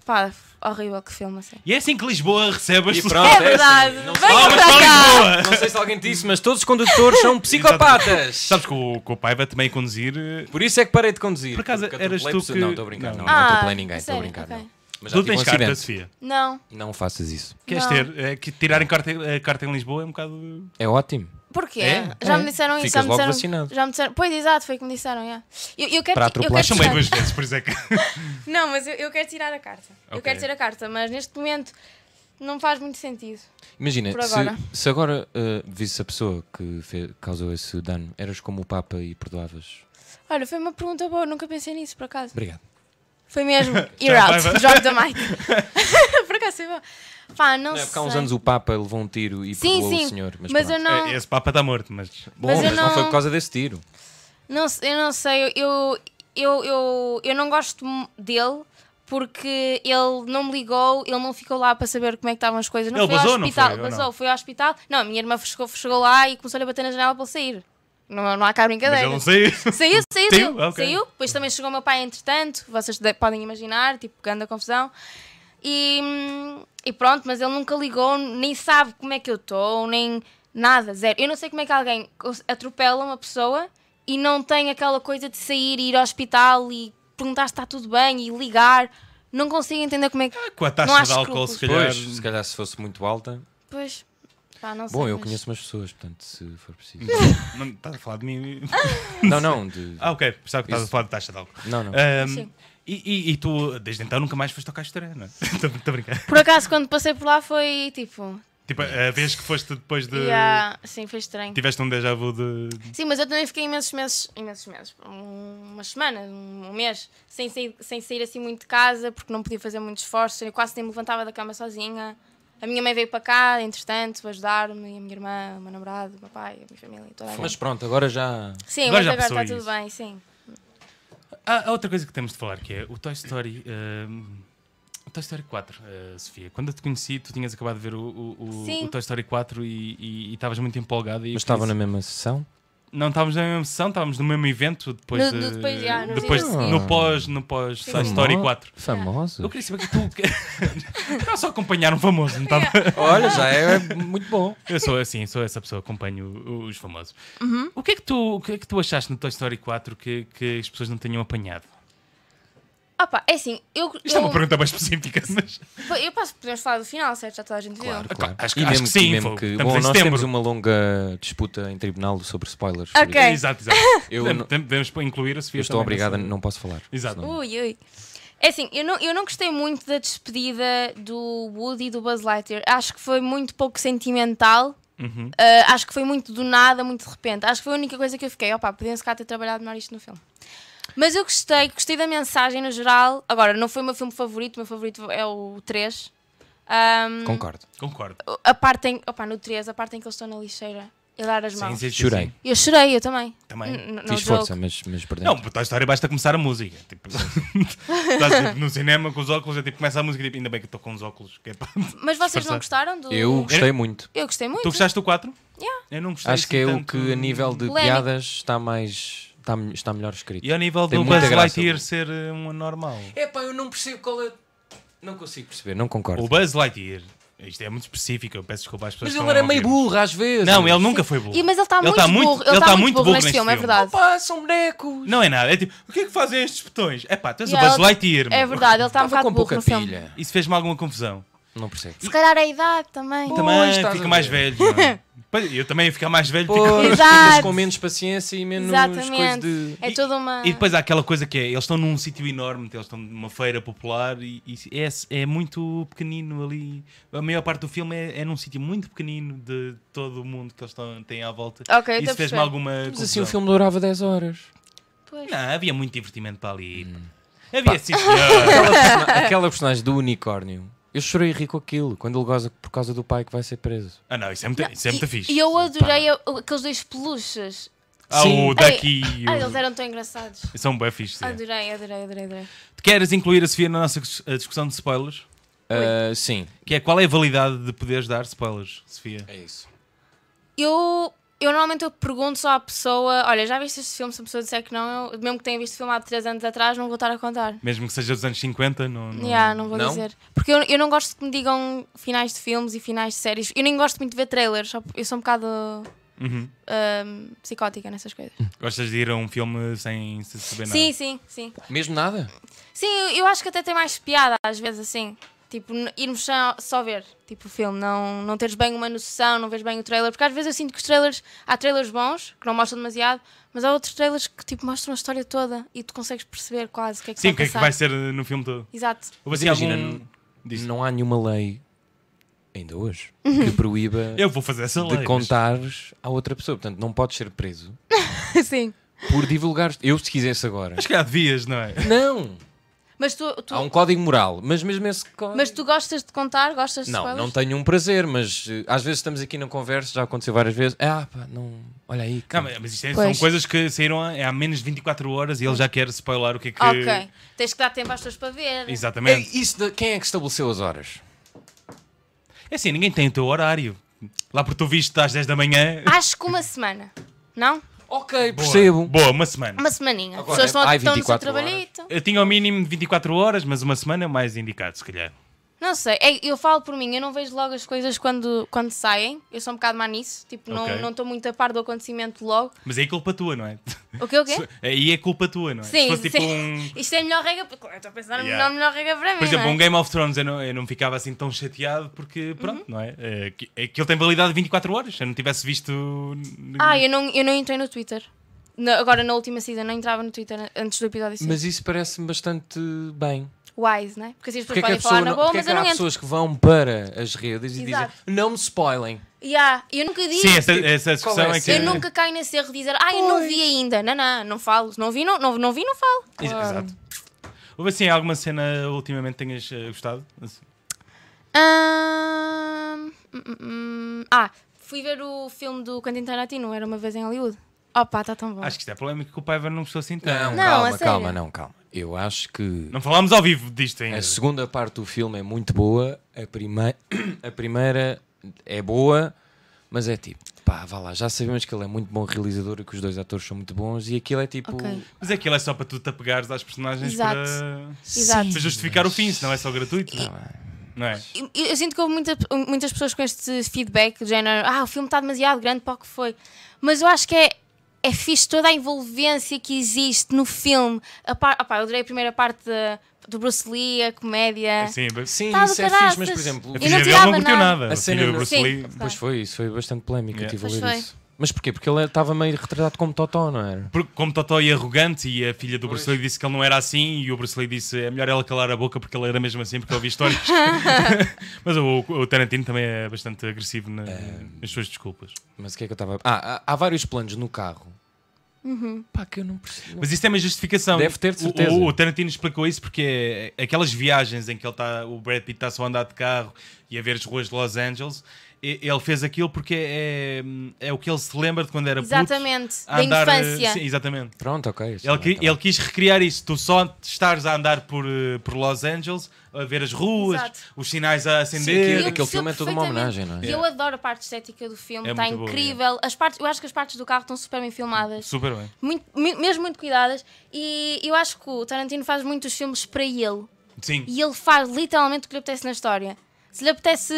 C: Pá, horrível que filme, assim.
A: E é assim que Lisboa recebe as
B: E
A: soluções.
B: pronto,
C: É verdade,
B: assim, não, sei,
C: venham
A: Palmas
C: para cá!
A: para Lisboa!
B: não sei se alguém disse, mas todos os condutores são psicopatas.
A: Sabes que o, que o pai vai também conduzir. eh,
B: Por isso é que parei de conduzir.
A: Por acaso,
B: porque
A: eras tu
B: atropelei pessoas-
A: que-
B: Não, estou a brincar,
A: Não.
B: não, não,
C: Ah,
B: atropelei ninguém, estou a
C: sério?
B: brincar.
C: Ok.
B: não. Mas já
A: Tu
B: tive um
A: tens carta,
B: acidente.
A: Sofia.
C: Não,
B: Não faças isso.
A: Queres
C: Não.
A: ter? É que tirarem carta, a carta em Lisboa é um bocado.
B: É ótimo.
C: porquê?
B: É?
C: Já
B: É.
C: me disseram isso,
B: Ficas
C: já me
B: logo
C: disseram,
B: vacinado.
C: já me disseram. Pois, exato, foi o que me disseram, yeah. eu, eu quero
B: Para
C: ti- eu
B: atropelar
C: quero
A: Chamei
C: tirar-
A: duas vezes, por isso é que.
C: Não, mas eu, eu quero tirar a carta. Eu
A: Ok.
C: quero tirar a carta, mas neste momento não faz muito sentido.
B: Imagina,
C: Por
B: se-
C: agora.
B: se, agora uh, visse a pessoa que fe- causou esse dano, eras como o Papa e perdoavas.
C: Olha, foi uma pergunta boa, nunca pensei nisso, por acaso.
B: Obrigado.
C: Foi mesmo, ear
A: Já vai,
C: out,
A: vai.
C: drop the mic. por acaso foi bom. Pá, não,
B: Não, é
C: sei.
B: porque há uns anos o Papa levou um tiro e
C: Sim,
B: perdoou
C: sim,
B: o senhor. Mas,
C: mas eu
B: pronto.
C: não...
A: É, Esse Papa está morto, mas.
B: Bom,
C: mas
B: mas,
C: eu
B: não... foi
C: não-
B: por causa desse tiro.
C: Não, se- eu não sei, eu, eu, eu, eu não gosto mu- dele porque ele não me ligou, ele não ficou lá para saber como é que estavam as coisas. Não
A: Ele
C: foi
A: vazou,
C: ao
A: não
C: hospital,
A: foi, ou não?
C: vazou, foi ao hospital. Não, a minha irmã chegou, chegou lá e começou a bater na janela para ele sair. Não, não há cá
A: Mas
C: brincadeira.
A: eu não sei.
C: Saiu, saiu,
A: Saiu?
C: saiu,
A: Ah, ok.
C: saiu. Depois também chegou o meu pai, entretanto, vocês de- podem imaginar, tipo, grande confusão. E, hum, e pronto, mas ele nunca ligou, nem sabe como é que eu estou, nem nada, zero. Eu não sei como é que alguém cons- atropela uma pessoa e não tem aquela coisa de sair e ir ao hospital e perguntar se está tudo bem e ligar. Não consigo entender como é que.
A: Com a
C: Não
A: taxa
C: há
A: de álcool, se calhar.
B: Pois, se calhar se fosse muito alta.
C: Pois, pá, não sei.
B: Bom, eu
C: mas-
B: conheço umas pessoas, portanto, se for preciso.
A: Não estás a falar de mim.
B: não, não, de-
A: Ah, ok. Pensava que estás a
B: Isso.
A: falar de taxa de álcool.
B: não, não.
A: Ahm,
C: Sim.
A: e, e- e tu, desde então, nunca mais foste ao Castoré, não é? Estou a brincar.
C: Por acaso, quando passei por lá, foi tipo.
A: Tipo, a vez que foste depois de.
C: yeah, sim, foi estranho.
A: Tiveste um déjà vu de.
C: Sim, mas eu também fiquei imensos meses, imensos meses, um- umas semanas, um um mês, sem sair, sem sair assim muito de casa, porque não podia fazer muito esforço, eu quase nem me levantava da cama sozinha. A minha mãe veio para cá, entretanto, ajudar-me, e a minha irmã, o meu namorado, o meu pai, a minha família, toda a
B: Mas
C: gente.
B: pronto, agora já.
C: Sim,
A: Agora
C: mas
A: já
C: agora
A: passou
C: está tudo
A: isso.
C: bem, sim.
A: Ah, Há há outra coisa que temos de falar que é o Toy Story. ehm, o Toy Story 4, eh, Sofia. Quando eu te conheci, tu tinhas acabado de ver o, o- o-
C: Sim.
A: o Toy Story 4 e- e e estavas muito empolgado. E
B: Mas estava na mesma sessão.
A: Não estávamos na mesma sessão, estávamos no mesmo evento depois
C: No-
A: de.
C: no- depois, já, nos
A: depois
B: dias a
A: no
B: seguir.
A: pós, no pós Toy
B: Famo-
A: Tá, Story 4.
B: Famoso.
A: Eu queria saber que tu. não só acompanhar um famoso, não estava.
B: Olha, já é muito bom.
A: Eu sou assim, sou essa pessoa, acompanho os famosos.
C: Uhum.
A: O, que é que tu, o que é que tu achaste no Toy Story 4 que, que as pessoas não tenham apanhado?
C: Ah pá, é assim, eu,
A: Isto é uma
C: eu,
A: pergunta mais específica, mas.
C: eu posso, podemos falar do final, certo? Já toda a gente viu.
B: Claro,
A: Ah,
B: claro.
A: acho que-
B: e
A: acho
B: mesmo
A: que sim,
B: mesmo
A: foi-
B: que,
A: estamos
B: bom,
A: em
B: nós
A: setembro.
B: temos uma longa disputa em tribunal sobre spoilers.
C: Ok.
B: Eu-
A: Exato, exato.
B: Eu,
A: Podemos-
B: não-
A: Podemos incluir a Sofia.
B: eu estou
A: também
B: obrigada,
A: nessa-
B: não posso falar.
A: Exato.
B: senão-
C: Ui, ui. É assim, eu não, eu não gostei muito da despedida do Woody e do Buzz Lightyear. Acho que foi muito pouco sentimental.
A: Uhum.
C: Uh, acho que foi muito do nada, muito de repente. Acho que foi a única coisa que eu fiquei. Opa, podiam se cá ter trabalhado melhor isto no filme. Mas eu gostei, gostei da mensagem no geral. Agora, não foi o meu filme favorito, o meu favorito é o 3. Um,
B: Concordo.
A: Concordo.
C: a parte em, opa, no 3, a parte em que eles estão na lixeira e dar as mãos.
A: Sim, sim, sim,
B: Chorei.
A: sim.
C: Eu chorei, eu também.
A: Também.
C: N- n- no
B: Fiz
C: jogo.
B: força, mas, mas perdemos.
A: Não, para a história é basta começar a música. Tipo, estás tipo, no cinema com os óculos, é tipo, começa a música, tipo, ainda bem que estou com os óculos. que é pá.
C: Mas vocês
A: Disfarçar.
C: não gostaram do.
B: Eu gostei muito.
C: Eu gostei muito.
A: tu gostaste do 4?
C: Yeah.
A: Eu não gostei.
B: Acho que é
A: assim
B: o
A: tanto.
B: que a nível de
C: Polémico.
B: piadas está mais. Está, está melhor escrito.
A: E ao nível
B: Tem
A: do
B: muita
A: Buzz
B: graça,
A: Lightyear
B: o-
A: ser eh, um anormal.
B: Epá, eu não percebo qual é. Não consigo perceber, não concordo.
A: O Buzz Lightyear, isto é muito específico, eu peço desculpa às pessoas.
B: Mas
A: que
B: ele
A: estão a
B: era meio
A: ouvir.
B: burro às vezes.
A: Não, ele nunca foi burro.
C: E, mas ele está muito,
A: tá
C: burro. Ele está muito burro neste filme, é verdade.
B: Opa, são bonecos.
A: Não é nada, é tipo, o que é que fazem estes botões? É pá, tu és
C: Yeah,
A: o Buzz
C: ele-
A: Lightyear.
C: É
A: meu.
C: verdade, ele está um
B: Estava
C: bocado
B: com
C: burro
B: pouca
C: no filme.
B: pilha.
A: Isso fez-me alguma confusão.
B: Não percebo.
C: Se calhar a idade também.
B: Pois,
A: Também
B: estás
A: fica
B: a
A: mais
B: ver.
A: velho. não é? Pois, eu também ia ficar mais velho. fico-
B: Pois,
C: Exato.
B: ficas com menos paciência e menos coisas
C: Exatamente.
B: de.
C: É toda uma.
A: E depois há aquela coisa que é, eles estão num sítio enorme, eles estão numa feira popular e, e é, é muito pequenino ali. A maior parte do filme é, é num sítio muito pequenino de todo o mundo que eles estão, têm à volta. Isso
C: Ok, estou a
A: fez-me
C: perceber.
A: alguma
B: Mas
A: confusão.
B: assim o filme durava 10 horas.
C: Pois.
A: Não, havia muito divertimento para ali.
B: Hum.
A: Havia eh, sim, senhor.
B: Aquela, persona- aquela personagem do unicórnio. Eu chorei e ri com aquilo quando ele goza por causa do pai que vai ser preso.
A: Ah não, isso é muito, isso é muito
C: e,
A: fixe.
C: E eu adorei a- aqueles dois peluches.
A: Ah,
B: Sim.
A: o Ducky e
C: Ah, eles
A: o... é
C: eram tão engraçados.
A: São bem fixes.
B: É.
A: sim.
C: Adorei, adorei, adorei, adorei.
A: Queres incluir a Sofia na nossa dis- a discussão de spoilers?
B: Ah, sim,
A: é Que é qual é a validade de poderes dar spoilers, Sofia?
B: é isso.
C: Eu, eu normalmente eu pergunto só à pessoa: olha, já viste este filme? Se a pessoa disser que não, eu, mesmo que tenha visto o filme há 3 anos atrás, não vou estar a contar.
A: Mesmo que seja dos anos 50, não. não...
C: Yeah, não vou
B: Não?
C: dizer. Porque eu, eu não gosto que me digam finais de filmes e finais de séries. Eu nem gosto muito de ver trailers, só- eu sou um bocado
A: Uhum.
C: ahm, psicótica nessas coisas.
A: Gostas de ir a um filme sem, sem saber É nada?
C: Sim, sim, sim.
B: Mesmo nada?
C: Sim, eu- eu acho que até tem mais piada às vezes assim. Tipo, n- irmos só, só ver tipo, o filme, não, não teres bem uma noção, não veres bem o trailer, porque às vezes eu sinto que os trailers, há trailers bons, que não mostram demasiado, mas há outros trailers que tipo, mostram a história toda e tu consegues perceber quase o que é que
A: Sim,
C: vai
A: o que é que
C: passar.
A: vai ser no filme todo?
C: Exato.
A: Houve assim
B: Imagina,
A: algum-
B: n-
A: Diz.
B: Não há nenhuma lei, ainda hoje,
C: Uhum.
B: que proíba
A: Eu vou fazer essa lei.
B: de
A: mas-
B: contares à outra pessoa. Portanto, não podes ser preso
C: sim.
B: por divulgar. Eu, se quisesse agora.
A: Mas que há devias, não é?
B: Não!
C: Mas tu, tu-
B: Há um código moral, mas mesmo esse código.
C: mas é tu gostas de contar? Gostas de
B: Não,
C: spoilers?
B: não tenho um prazer, mas eh, às vezes estamos aqui na conversa, já aconteceu várias vezes. Ah, pá, não. Olha aí.
A: Não,
B: Cara.
A: mas mas isto é- são
C: Pois.
A: coisas que saíram há, é há menos de 24 horas e ele já quer spoiler o que é que.
C: Ok. Tens que dar tempo às pessoas para ver.
B: É
A: Exatamente.
B: isso de- quem é que estabeleceu as horas?
A: É assim, ninguém tem o teu horário. Lá por tu viste às 10 da manhã.
C: Acho que uma semana. Não?
B: Ok, percebo.
A: Boa, uma semana.
C: Uma semaninha. As
B: Agora,
C: pessoas estão,
B: ai,
C: estão no seu
B: 24 horas.
C: trabalhito.
A: Eu tinha ao mínimo 24 horas, mas uma semana é o mais indicado, se calhar.
C: Não sei, é- eu falo por mim, eu não vejo logo as coisas quando, quando saem. Eu sou um bocado má nisso, tipo, não
A: Ok.
C: não estou muito a par do acontecimento logo.
A: Mas aí é culpa tua, não é?
C: O que o quê?
A: Aí é culpa tua, não é? se
C: Sim,
A: fosse tipo
C: sim.
A: um.
C: Isto é a melhor regra, porque eu estou a pensar na
A: Yeah.
C: melhor regra para mim.
A: Por exemplo,
C: não é?
A: um Game of Thrones eu não, eu não ficava assim tão chateado porque, pronto,
C: Uhum.
A: não é? É que- é que ele tem validade de 24 horas. Se eu não tivesse visto. n-
C: Ah, eu não, eu não entrei no Twitter. Na- agora na última season, não entrava no Twitter antes do episódio 5.
B: Mas isso parece-me bastante bem.
C: Wise, né? Porque assim as
B: Porque é que,
C: pessoas
B: a
C: podem
B: pessoa
C: falar
B: não,
C: na boa,
B: porque é
C: mas
B: que
C: eu não
B: há
C: entro.
B: pessoas que vão para as redes e
C: Exato.
B: dizem não me spoilem.
C: Yeah, eu nunca disse.
A: Sim, essa, essa
B: Qual
A: discussão
B: é
A: é,
B: a
A: que.
B: cena?
C: Eu nunca caio nesse erro de dizer, ah, eu não vi ainda. Não, não, não falo. Não vi, não, não, não vi, não falo.
A: Ex- Exato. Houve assim alguma cena ultimamente que tenhas eh, gostado? Assim,
C: Ahn, hum, hum, hum. Ah, fui ver o filme do Quentin Tarantino, Era Uma Vez em Hollywood. Opa, está tão bom.
A: Acho que isto é polémico que o Paiva não gostou assim tanto.
B: Não,
A: Não.
C: Não, a
B: calma,
C: sério.
B: calma, não, calma. Eu acho que
A: falámos ao vivo disto ainda.
B: a segunda parte do filme é muito boa, a, prime... a primeira é boa, mas é tipo, pá, vá lá, já sabemos que ele é muito bom realizador e que os dois atores são muito bons e aquilo é tipo.
C: Ok.
A: Mas aquilo é só para tu te apegares às personagens
C: Exato.
A: para...
C: Exato.
A: para justificar o fim, senão é só gratuito.
B: Tá
A: Não é?
C: Eu, eu sinto que houve muita- muitas pessoas com este feedback do género, ah, o filme está demasiado grande para o que foi. Mas eu acho que é, é fixe toda a envolvência que existe no filme. A par, opá, eu adorei a primeira parte da- do Bruce Lee, a comédia.
A: É Sim, mas-
B: Sim,
C: Tá do
B: isso é fixe, mas por
C: caraças.
B: exemplo,
A: a
C: Eu
A: filha
C: não
A: dele
C: tirava
A: não curtiu
C: nada.
A: nada.
B: A
A: A
B: cena
A: filha do
B: não-
A: Bruce
C: Sim.
A: Lee.
B: Pois foi, isso foi bastante polémico.
A: Yeah.
B: Eu tive a
C: Pois
B: ler
C: foi.
B: isso. Mas porquê? Porque ele estava meio retratado como Totó, não era?
A: Porque Como Totó é arrogante e a filha do Bruce Lee disse que ele não era assim e o Bruce Lee disse é melhor ela calar a boca porque ele era mesmo assim porque eu ouvi histórias. Mas o, o Tarantino também é bastante agressivo na-
B: É.
A: nas suas desculpas.
B: Mas o que é que eu estava. Ah, há, há vários planos no carro.
C: Uhum.
B: Pá, que eu não percebo.
A: Mas isso é uma justificação.
B: Deve ter, de certeza.
A: O, o- o Tarantino explicou isso porque é- aquelas viagens em que ele tá, o Brad Pitt está só a andar de carro e a ver as ruas de Los Angeles, e- ele fez aquilo porque é, é o que ele se lembra de quando era puto,
C: Exatamente,
A: a
C: da
A: andar, eh,
C: infância.
A: Sim, exatamente.
B: Pronto, ok. está
A: Ele,
B: bem,
A: qui-
B: está bem.
A: ele quis recriar isso. Tu só estares a andar por, eh, por Los Angeles, a ver as ruas,
C: Exato.
A: os sinais a
B: Sim,
A: acender.
C: Eu
B: aquele
C: percebo
B: filme é toda uma
C: perfeitamente.
B: homenagem, não é?
C: E Eu adoro a parte estética do filme,
A: É
C: está
A: muito boa,
C: incrível. As partes, eu acho que as partes do carro estão super bem filmadas.
A: Super bem.
C: muito- me- mesmo muito cuidadas. E eu acho que o Tarantino faz muitos filmes para ele.
A: Sim.
C: E ele faz literalmente o que lhe apetece na história. Se lhe apetece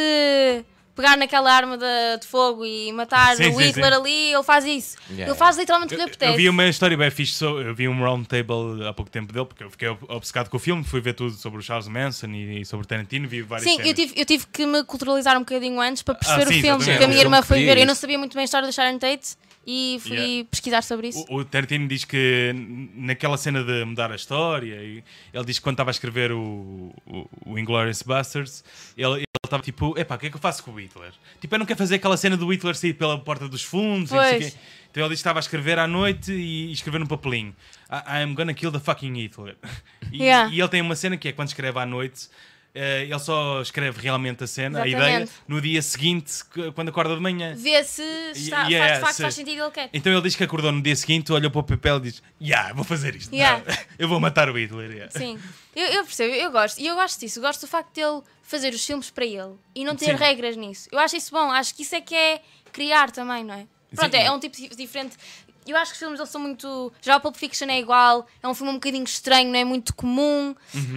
C: pegar naquela arma de, de fogo e matar
A: Sim,
C: o
A: sim,
C: Hitler
A: sim.
C: ali, ele faz isso.
B: Yeah,
C: ele faz literalmente o que
A: Eu,
C: lhe apetece.
A: eu vi uma história bem fixe, so- eu vi um round table há pouco tempo dele, porque eu fiquei ob- obcecado com o filme, fui ver tudo sobre o Charles Manson e, e sobre o Tarantino, vi várias
C: Sim,
A: cenas.
C: eu tive, eu tive que me culturalizar um bocadinho antes para perceber
A: Ah, sim,
C: o filme,
A: exatamente.
C: porque a minha
B: O filme
C: irmã foi
B: queria
C: ver. Eu não
B: isso.
C: sabia muito bem a história da Sharon Tate e fui
A: Yeah.
C: pesquisar sobre isso.
A: O, o Tarantino diz que n- naquela cena de mudar a história, e- ele diz que quando estava a escrever o, o, o Inglourious Basterds, ele ele estava tipo: epá, o que é que eu faço com o Hitler? Tipo, eu não quero fazer aquela cena do Hitler sair pela porta dos fundos. e não sei o
C: Pois.
A: quê. Então ele diz que estava a escrever à noite e escrever num papelinho: I, I'm gonna kill the fucking Hitler. E,
C: Yeah.
A: e ele tem uma cena que é quando escreve à noite. eh, ele só escreve realmente a cena, a ideia,
C: Exatamente.
A: no dia seguinte, c- quando acorda de manhã.
C: Vê se
A: Yeah,
C: está, faz, de facto
A: se-
C: faz sentido ele quer.
A: Então ele diz que acordou no dia seguinte, olhou para o papel e diz: Yeah, vou fazer isto.
C: Yeah.
A: Não, eu vou matar o Hitler. yeah."
C: Sim, eu, eu percebo, eu gosto. E eu gosto disso. Eu gosto do facto dele fazer os filmes para ele e não ter
A: Sim.
C: regras nisso. Eu acho isso bom. Acho que isso é que é criar também, não é? Pronto, é, é um tipo di- diferente. Eu acho que os filmes eles são muito. Já o Pulp Fiction é igual, é um filme um bocadinho estranho, não é muito comum.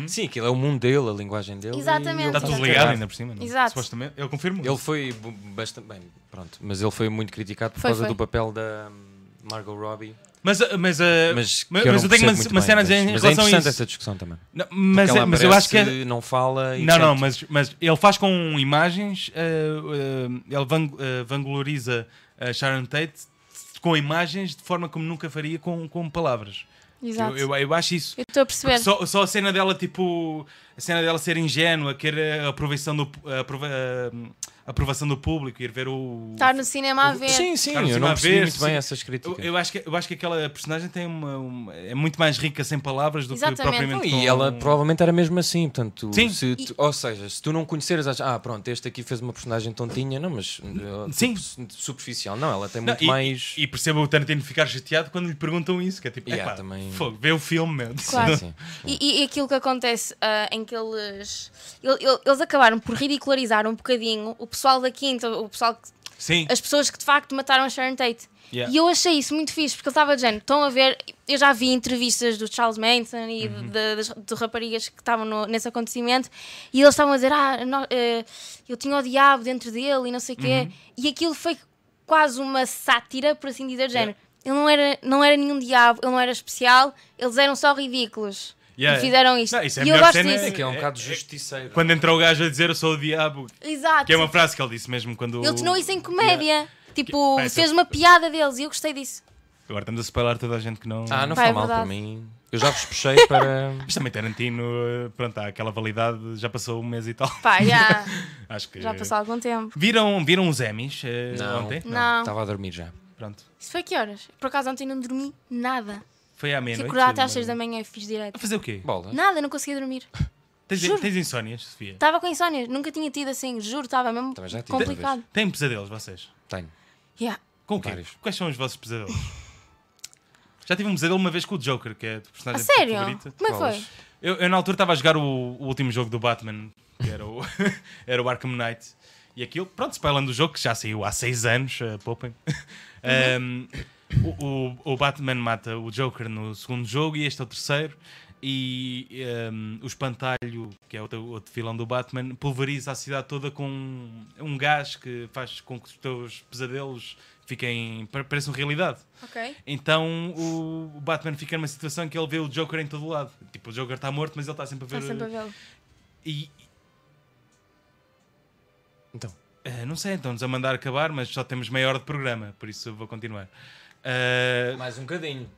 B: Sim, aquilo é o mundo dele, a linguagem dele. e
C: Exatamente.
B: ele
A: Está
B: foi
A: Tá tudo
C: Exato.
A: ligado ainda por cima, não? é?
C: Exato.
A: Supostamente. Eu confirmo.
B: Ele foi bu- bastante. Bem, pronto. Mas ele foi muito criticado por
C: Foi,
B: causa
C: foi.
B: do papel da hum, Margot Robbie.
A: Mas, uh, mas, uh,
B: Mas,
A: mas,
B: que
A: mas,
B: eu, não
A: eu tenho
B: percebo
A: uma,
B: muito
A: uma
B: bem,
A: cena a
B: mas,
A: dizer em
B: mas
A: relação
B: é
A: a
B: interessante
A: isso.
B: essa discussão também.
A: Não, mas,
B: Porque ela
A: mas eu acho que. é-
B: aparece, Não fala e.
A: Não, não,
B: portanto,
A: mas, mas ele faz com imagens, uh, uh, ele van- uh, vangloriza a Sharon Tate com imagens de forma como nunca faria com, com palavras.
C: Exato.
A: Eu, eu, eu acho isso.
C: Eu estou a perceber.
A: Só, só a cena dela, tipo, a cena dela ser ingênua, querer a aprovação do, pu- a aprova- a aprovação do público, ir ver o.
C: Estar Tá no cinema a ver.
B: Sim, sim,
A: Carlos
B: eu não
A: Silva,
B: percebi
A: vê-se,
B: muito bem
A: assim sim.
B: essas
A: Eu,
B: críticas.
A: eu acho que, eu acho que aquela personagem tem uma, uma- é muito mais rica sem palavras do que
C: Exatamente.
A: propriamente.
B: Não, e
A: com- um-
B: ela provavelmente era mesmo assim, portanto, tu-
A: Sim.
B: se tu- ou seja, se tu não conheceres, achas, ah, pronto, este aqui fez uma personagem tontinha, não, mas uh,
A: Sim.
B: tipo, su- superficial, não, ela tem
A: Não,
B: muito
A: e,
B: mais.
A: e percebo o Tarantino ficar chateado quando lhe perguntam isso, que é tipo,
B: Yeah,
A: epá,
B: também-
A: fogo, vê o filme, meu.
C: Claro.
B: Sim, sim.
C: E, e aquilo que acontece ah, em que eles, ele- ele- eles acabaram por ridicularizar um bocadinho o pessoal da quinta, o pessoal que-
A: Sim.
C: as pessoas que de facto mataram a Sharon Tate.
A: Yeah.
C: E eu achei isso muito fixe, porque ele estava dizendo, estão a ver, eu já vi entrevistas do Charles Manson e
A: Uhum.
C: de, das, de raparigas que estavam no- nesse acontecimento, e eles estavam a dizer, ah, nó- eh, eu tinha o diabo dentro dele e não sei o
A: Uhum.
C: quê, e aquilo foi quase uma sátira, por assim dizer, de género. Ele não era, não era nenhum diabo, ele não era especial, eles eram só ridículos.
A: Yeah.
C: E fizeram isto.
A: Não, isso é a
C: e eu
A: melhor
C: gosto
A: cena,
C: disso.
B: É que é um
A: É-
B: bocado
A: é-
B: justiceiro.
A: Quando entra o gajo a dizer eu sou o diabo,
C: Exato.
A: que é uma frase que ele disse mesmo quando.
C: Ele tornou isso é em comédia.
A: Yeah.
C: Tipo,
A: Pá, isso
C: fez
A: é-
C: uma piada deles e eu gostei disso.
A: Agora estamos a spoiler toda a gente que não.
B: Ah, não
C: Pá,
B: foi
C: é
B: mal para
C: verdade.
B: mim. Eu já vos puxei para.
A: Mas também Tarantino, eh, pronto, há aquela validade, já passou um mês e tal.
C: Pá, já,
A: Acho que.
C: já passou algum tempo.
A: Viram, viram os Emmys eh,
B: Eh, Não. então-
A: ontem?
C: Não.
B: Estava a dormir já.
A: Pronto.
C: Isso foi que horas? Por acaso ontem não dormi nada.
A: Foi
B: É
A: à
C: Fui
A: meia-noite.
C: acordada até às
A: uma-
C: 6 da manhã e fiz direito.
A: A fazer o quê?
B: Bola.
C: Nada, não conseguia dormir.
A: Tens,
C: Juro.
A: tens insónias, Sofia?
C: Estava com insónia, nunca tinha tido assim, juro, estava mesmo
B: Também já tive uma
C: complicado.
A: Têm pesadelos, vocês?
B: Tenho.
C: Yeah.
A: Com o quê?
B: Vários.
A: Quais são os vossos pesadelos? Já tive um pesadelo uma vez com o Joker, que é a tua
C: A
A: personagem
C: sério?
A: favorita.
C: Como é que
B: Bolas.
C: foi?
A: Eu, eu, na altura estava a jogar o, o último jogo do Batman, que era o, era o Arkham Knight. E aquilo, pronto, spoilando do jogo, que já saiu há seis anos, uh, poupem. Um, o, o, o Batman mata o Joker no segundo jogo e este é o terceiro. E um, o espantalho, que é outro, outro vilão do Batman, pulveriza a cidade toda com um, um gás que faz com que os teus pesadelos fiquem. pa- pareçam realidade.
C: Ok.
A: Então o o Batman fica numa situação em que ele vê o Joker em todo o lado. Tipo, o Joker está morto, mas ele está sempre a ver.
C: Está Tá sempre a vê-lo.
A: E.
B: Então.
A: eh, não sei, estão-nos a mandar acabar, mas só temos meia hora de programa, por isso eu vou continuar. Eh,
B: Mais um bocadinho.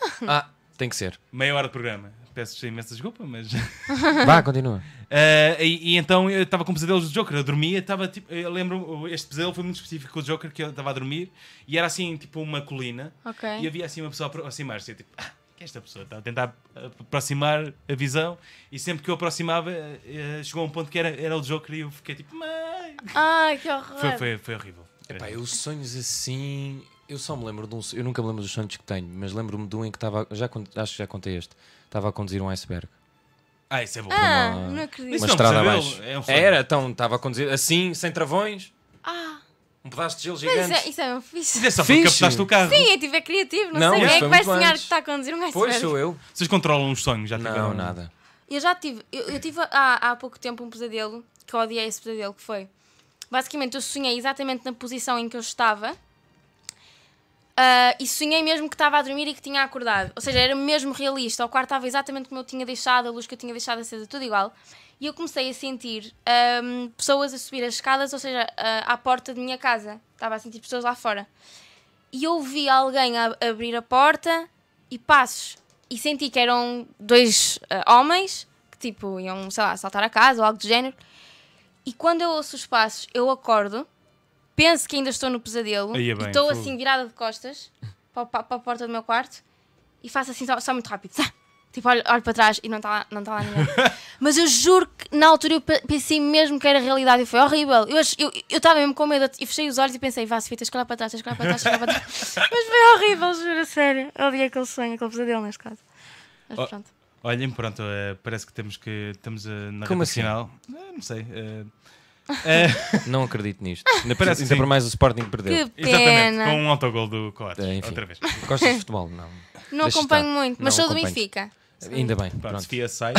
B: Ah, tem que ser.
A: meia hora de programa. Peço imensa desculpa, mas.
C: Uhum.
B: Vá, continua.
A: Eh, e, e então eu estava com pesadelos do Joker, eu dormia, estava tipo. Eu lembro, este pesadelo foi muito específico com o Joker, que eu estava a dormir e era assim, tipo uma colina. E
C: Ok.
A: havia assim uma pessoa a aproximar-se. Eu tipo, ah, que esta pessoa está a tentar eh, aproximar a visão. E sempre que eu aproximava, eh, eh, chegou a um ponto que era, era o Joker e eu fiquei tipo, mãe.
C: Ai, que
A: Foi,
C: horror.
A: foi, foi horrível.
B: Pá, eu sonhos assim. Eu só me lembro de um. Eu nunca me lembro dos sonhos que tenho, mas lembro-me de um em que estava. Já, con- acho que já contei este. Estava a conduzir um iceberg.
A: Ah, isso é bom.
C: Ah,
B: uma-
C: não
A: Isso
B: uma
C: acredito.
A: não é um
B: estrada
A: pesadelo,
B: abaixo.
A: é um sonho.
B: Era, então, estava a conduzir assim, sem travões,
C: Ah,
B: um pedaço de gelo
C: mas
B: gigante.
C: isso é, isso é um fixe.
A: Isso é só porque
B: Fixe.
A: captaste o carro.
C: Ninguém tiver criativo, não,
B: Não,
C: sei.
B: isso
C: Quem
B: foi
C: é que vai
B: muito
C: sonhar
B: antes.
C: que está a conduzir um
B: Pois,
C: iceberg?
B: sou eu.
A: Vocês controlam os sonhos, já
B: Não,
A: tiveram-
B: nada.
C: Eu já tive, eu, eu tive há, há pouco tempo um pesadelo que eu odiei esse pesadelo que foi. Basicamente, eu sonhei exatamente na posição em que eu estava ah, e sonhei mesmo que estava a dormir e que tinha acordado. Ou seja, era mesmo realista. O quarto estava exatamente como eu tinha deixado, a luz que eu tinha deixado acesa, tudo igual. E eu comecei a sentir ahm, pessoas a subir as escadas, ou seja, ah, à porta da minha casa. Estava a sentir pessoas lá fora. E eu vi alguém a abrir a porta e passos. E senti que eram dois ah, homens que tipo iam, sei lá, saltar a casa ou algo do género. E quando eu ouço os passos, eu acordo, penso que ainda estou no pesadelo
A: Aí é
C: e
A: bem,
C: estou
A: fogo.
C: assim virada de costas para, para, para a porta do meu quarto e faço assim só, só muito rápido. Zá! Tipo, olho, olho para trás e não está lá, não está lá ninguém. Mas eu juro que na altura eu pe- pensei mesmo que era realidade e foi horrível. Eu ach- eu eu estava mesmo com medo e fechei os olhos e pensei, vá, Sofia, tens que olhar para trás, tens que olhar para trás, tens que olhar para trás. Mas foi horrível, juro, a sério. Eu odiei aquele sonho, aquele pesadelo neste caso. Mas
A: Oh.
C: pronto.
A: Olhem, pronto, eh, parece que temos que. Estamos eh, na
B: Como
A: reta
B: assim?
A: final. Eh, não sei. eh,
B: Não acredito nisto. Ainda, por-
A: Parece
B: ainda
A: que sim.
B: por mais o Sporting perdeu.
C: Que
A: Exatamente,
C: pena.
A: com um autogol do Coates,
B: É, enfim.
A: outra vez.
B: Gostas de futebol? Não.
C: Não
B: Deixa
C: acompanho
B: estar.
C: muito, mas
B: Não
C: sou do
B: acompanhas.
C: Benfica.
B: Ainda bem.
A: Pronto,
B: Pronto.
A: Sofia sai.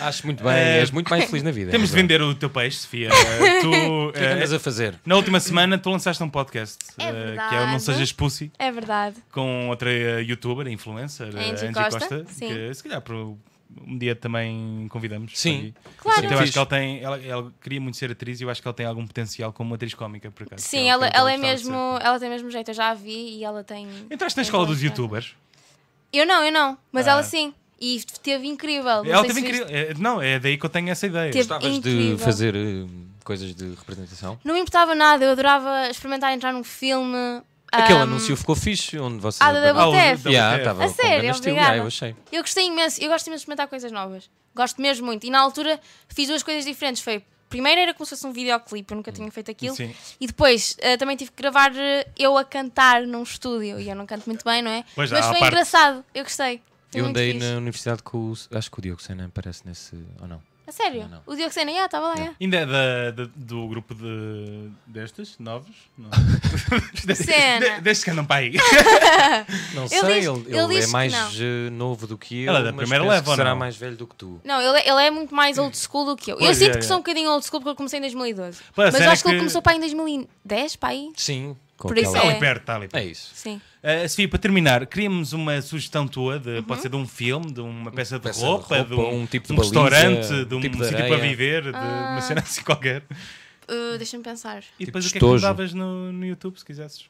B: Acho muito bem.
A: Eh,
B: És muito mais feliz na vida.
A: Temos de
B: Mas,
A: vender o teu peixe, Sofia. Eh, tu,
B: O que é que andas
A: eh,
B: a fazer?
A: na última semana, tu lançaste um podcast
C: É
A: eh, que é o
C: verdade.
A: Não Sejas Pussy,
C: É verdade.
A: com outra eh, youtuber, influencer, eh,
C: Angie
A: Angie
C: Costa,
A: Costa,
C: sim.
A: que se calhar pro- um dia também convidamos.
B: Sim.
A: para aqui.
C: Claro.
A: Então, eu acho
B: Fixe.
A: que ela tem. Ela, ela queria muito ser atriz e eu acho que ela tem algum potencial como atriz cómica, por acaso.
C: Sim,
A: que
C: ela,
A: que
C: ela é
A: gostava de
C: mesmo. É
A: ser.
C: Ela tem mesmo jeito, eu já a vi e ela tem.
A: Entraste na escola dos youtubers.
C: Eu não, eu não, mas
A: Ah.
C: ela sim. E isto teve incrível. não
A: Ela teve
C: sei se viste.
A: incrível. é, Não, é daí que eu tenho essa ideia.
C: Teve-
B: Gostavas
C: Incrível.
B: de fazer eh, coisas de representação?
C: Não me importava nada, eu adorava experimentar entrar num filme.
B: Aquele
C: ahm,
B: anúncio ficou fixe, onde você.
C: Ah, da
A: Ah, o
C: WTF.
B: Yeah,
A: WTF.
B: tava
C: A
B: com
C: sério?
B: grande estilo,
C: Obrigada.
B: yeah, eu achei.
C: Eu gostei imenso, eu gosto imenso de experimentar coisas novas. Gosto mesmo muito. E na altura fiz duas coisas diferentes. Foi, primeiro era como se fosse um videoclipe, eu nunca tinha feito aquilo.
A: Sim.
C: E depois eh, também tive que gravar eh, eu a cantar num estúdio. E eu não canto muito bem, não é?
A: Pois, há
C: Mas
A: a
C: foi
A: parte-
C: engraçado, eu gostei. Foi
B: Eu
C: muito
B: andei
C: fixe.
B: na universidade com o. Acho que o Diogo Sena aparece nesse. Ou não?
C: A sério?
B: Não, não.
C: O Diogo Sena, já estava lá, já.
A: Ainda é da, da- do grupo de, destes, novos? Não.
C: Cena.
A: De- Destes que andam para aí.
B: Não
C: Ele
B: sei,
C: diz-
B: ele,
C: ele
B: ele
C: diz
B: é
C: que
B: mais
C: não.
B: eh, novo do que eu.
A: Ela é da
B: mas
A: primeira
B: penso
A: leva
B: que
A: ou
B: será
A: não?
B: mais velho do que tu.
C: Não, ele, ele é muito mais old school do que eu. eu
A: Pois,
C: sinto
A: é,
C: que
A: é.
C: sou um bocadinho old school porque eu comecei em 2012.
A: Pá, a
C: mas
A: cena
C: eu
A: é
C: acho que ele
A: que-
C: começou para aí em 2010, para aí?
B: Sim, com
C: Por isso
A: Está
B: aquela-
C: é.
A: ali perto, está ali
B: É
A: perto.
B: isso.
C: Sim.
A: Ah, Sofia, para terminar, queríamos uma sugestão tua, de- pode ser de um filme, de uma peça de,
B: peça de
A: roupa, de
B: roupa,
A: um,
B: um tipo de
A: um
B: baliza,
A: restaurante, de um
B: um tipo de
A: sítio
B: areia.
A: para viver, de uma cena assim qualquer.
C: Uh, Deixa-me pensar.
A: E depois
B: de
A: o que é que tu
B: estojo.
A: davas no, no YouTube, se quisesses?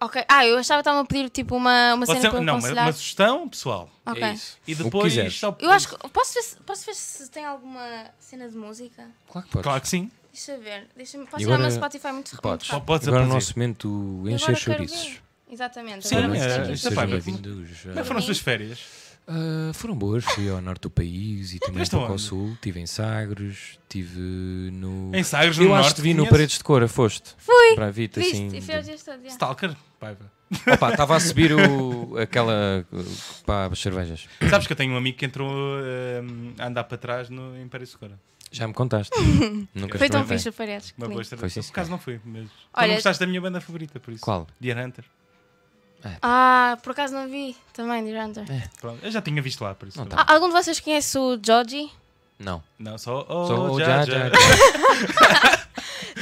C: Ok. Ah, eu achava que estavam a pedir tipo uma, uma
A: Pode
C: cena
A: ser- um-
C: para eu
A: não, uma,
C: aconselhar.
A: uma sugestão, pessoal.
C: Ok.
B: É isso.
A: E
B: O que
A: depois.
B: quiseres.
A: só-
C: Eu acho que. Posso ver, se, posso ver se tem alguma cena de música?
B: Claro que podes.
A: Claro que sim.
C: Deixa eu ver. Deixa-me. Posso
B: E
C: tirar o
B: agora-
C: meu Spotify muito
B: Podes.
C: muito rápido?
A: Podes
B: Agora o
A: aparecer.
B: nosso momento
C: E agora
B: encher
C: quero ver.
B: chouriços.
C: Exatamente.
A: Sim,
C: agora
A: é,
C: vou
A: é,
C: assistir.
A: isto
B: Sejam
A: vai, mas-
B: bem-vindos.
A: Como é que foram as tuas férias?
B: Ah, foram boas, fui ao norte do país e também um
A: Estiveste
B: pouco ao
A: onde?
B: sul. Estive em Sagres, estive no.
A: Em Sagres,
B: eu
A: no
B: acho
A: norte,
B: que te vi no
A: conheces?
B: Paredes de Cora, foste.
C: Fui.
B: Para a Vita,
C: Viste?
B: assim.
C: e foi o dia todo. já.
A: Stalker? Paiva.
B: Estava a subir o, aquela. uh, pá, as cervejas.
A: Sabes que eu tenho um amigo que entrou hum, a andar para trás no, em Paris Segura.
B: Já me contaste. Nunca
C: Foi tão
B: experimentei.
C: fixe a paredes. que
A: Uma
C: lindo.
A: boa
B: Foi
A: estratégia.
B: sim,
A: Por acaso não fui, mas. Olha...
C: Olha-
A: Não gostaste da minha banda favorita, por isso.
B: Qual?
A: Dear Hunter.
C: Ah, por acaso não vi também, Dear Hunter.
A: Pronto, Eu já tinha visto lá, por isso.
B: Não
A: não-
B: tá.
C: Ah, algum de vocês conhece o Joji?
B: Não.
A: Não, só. Oh,
B: Só o
A: já,
B: já, já,
A: já.
B: já.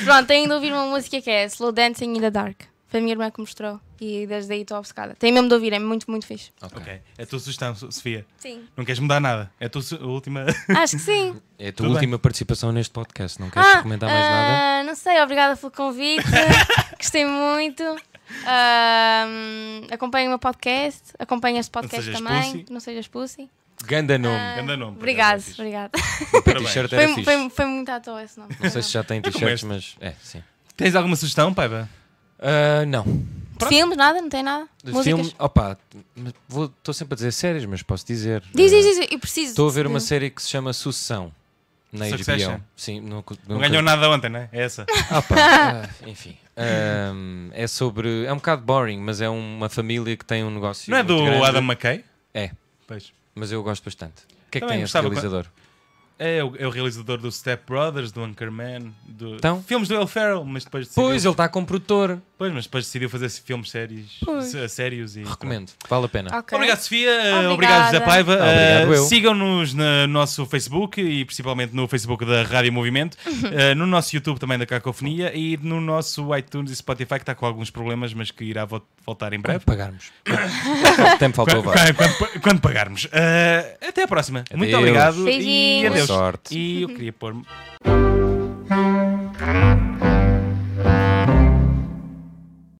C: Pronto, tenho de ouvir uma música que é Slow Dancing in the Dark. Foi a minha irmã que mostrou e desde aí estou obcecada. Tenho mesmo de ouvir, é muito, muito fixe.
B: Ok.
A: Ok. É a tua sugestão, So- Sofia.
C: Sim.
A: Não queres mudar nada. É a tua su- a última.
C: Acho que sim.
B: É a tua
A: Tudo bem.
B: última participação neste podcast. Não queres comentar mais nada?
C: ah, Não sei, obrigada pelo convite. Gostei muito. Ahm, acompanhem o meu podcast. Acompanhem este podcast
A: sejas
C: também.
A: pussy.
C: Não sejas pussy. Ah,
B: Ganda nome.
A: Ganda nome. por
C: Obrigado,
A: acaso, é fixe.
C: obrigado.
B: Para
A: parabéns.
B: t-shirt era
C: Foi,
B: fixe.
C: foi, foi muito à toa esse nome.
B: Não sei se já tem t-shirts, mas. É, sim.
A: Tens alguma sugestão, Paiva?
B: Ah, não.
C: De filmes, nada? Não tem nada?
B: De
C: Músicas?
B: filme. Opa, estou sempre a dizer séries, mas posso dizer.
C: Diz,
B: Ah,
C: diz, diz. Eu preciso.
B: Estou a ver
C: de-
B: uma série que se chama Sucessão. Na
A: Succession.
B: HBO. Sim, não,
A: Não ganhou nada ontem, não é? É essa.
B: Ah, pá, ah, enfim. Ahm, é sobre. É um bocado boring, mas é uma família que tem um negócio.
A: não é
B: muito
A: do
B: grande.
A: Adam McKay?
B: É,
A: Pois.
B: mas eu gosto bastante. O que é que
A: Também
B: tem esse
A: gostava
B: realizador?
A: É o, é o realizador do Step Brothers, do Anchorman, do...
B: Então?
A: filmes do Will Ferrell, mas depois decidiu...
B: Pois, ele está como produtor.
A: Pois, mas depois decidiu fazer filmes sérios,
C: Pois.
A: sé- sérios e...
B: Recomendo, vale a pena.
C: Ok.
A: Obrigado, Sofia. Eh,
C: Obrigada.
A: Obrigado, José Paiva.
B: Obrigado,
A: Eh,
B: eu.
A: Sigam-nos no nosso Facebook e principalmente no Facebook da Rádio Movimento,
C: Uhum.
A: eh, no nosso YouTube também da Cacofonia e no nosso iTunes e Spotify, que está com alguns problemas, mas que irá vo- voltar em
B: Quando
A: breve.
B: pagarmos. Quanto tempo faltou
A: Quando,
B: vá.
A: quando- quando- quando pagarmos. Eh, até à próxima. Muito
B: Adeus.
A: obrigado. E
C: Beijinhos.
A: adeus.
B: Boa sorte.
A: E eu queria pôr-me.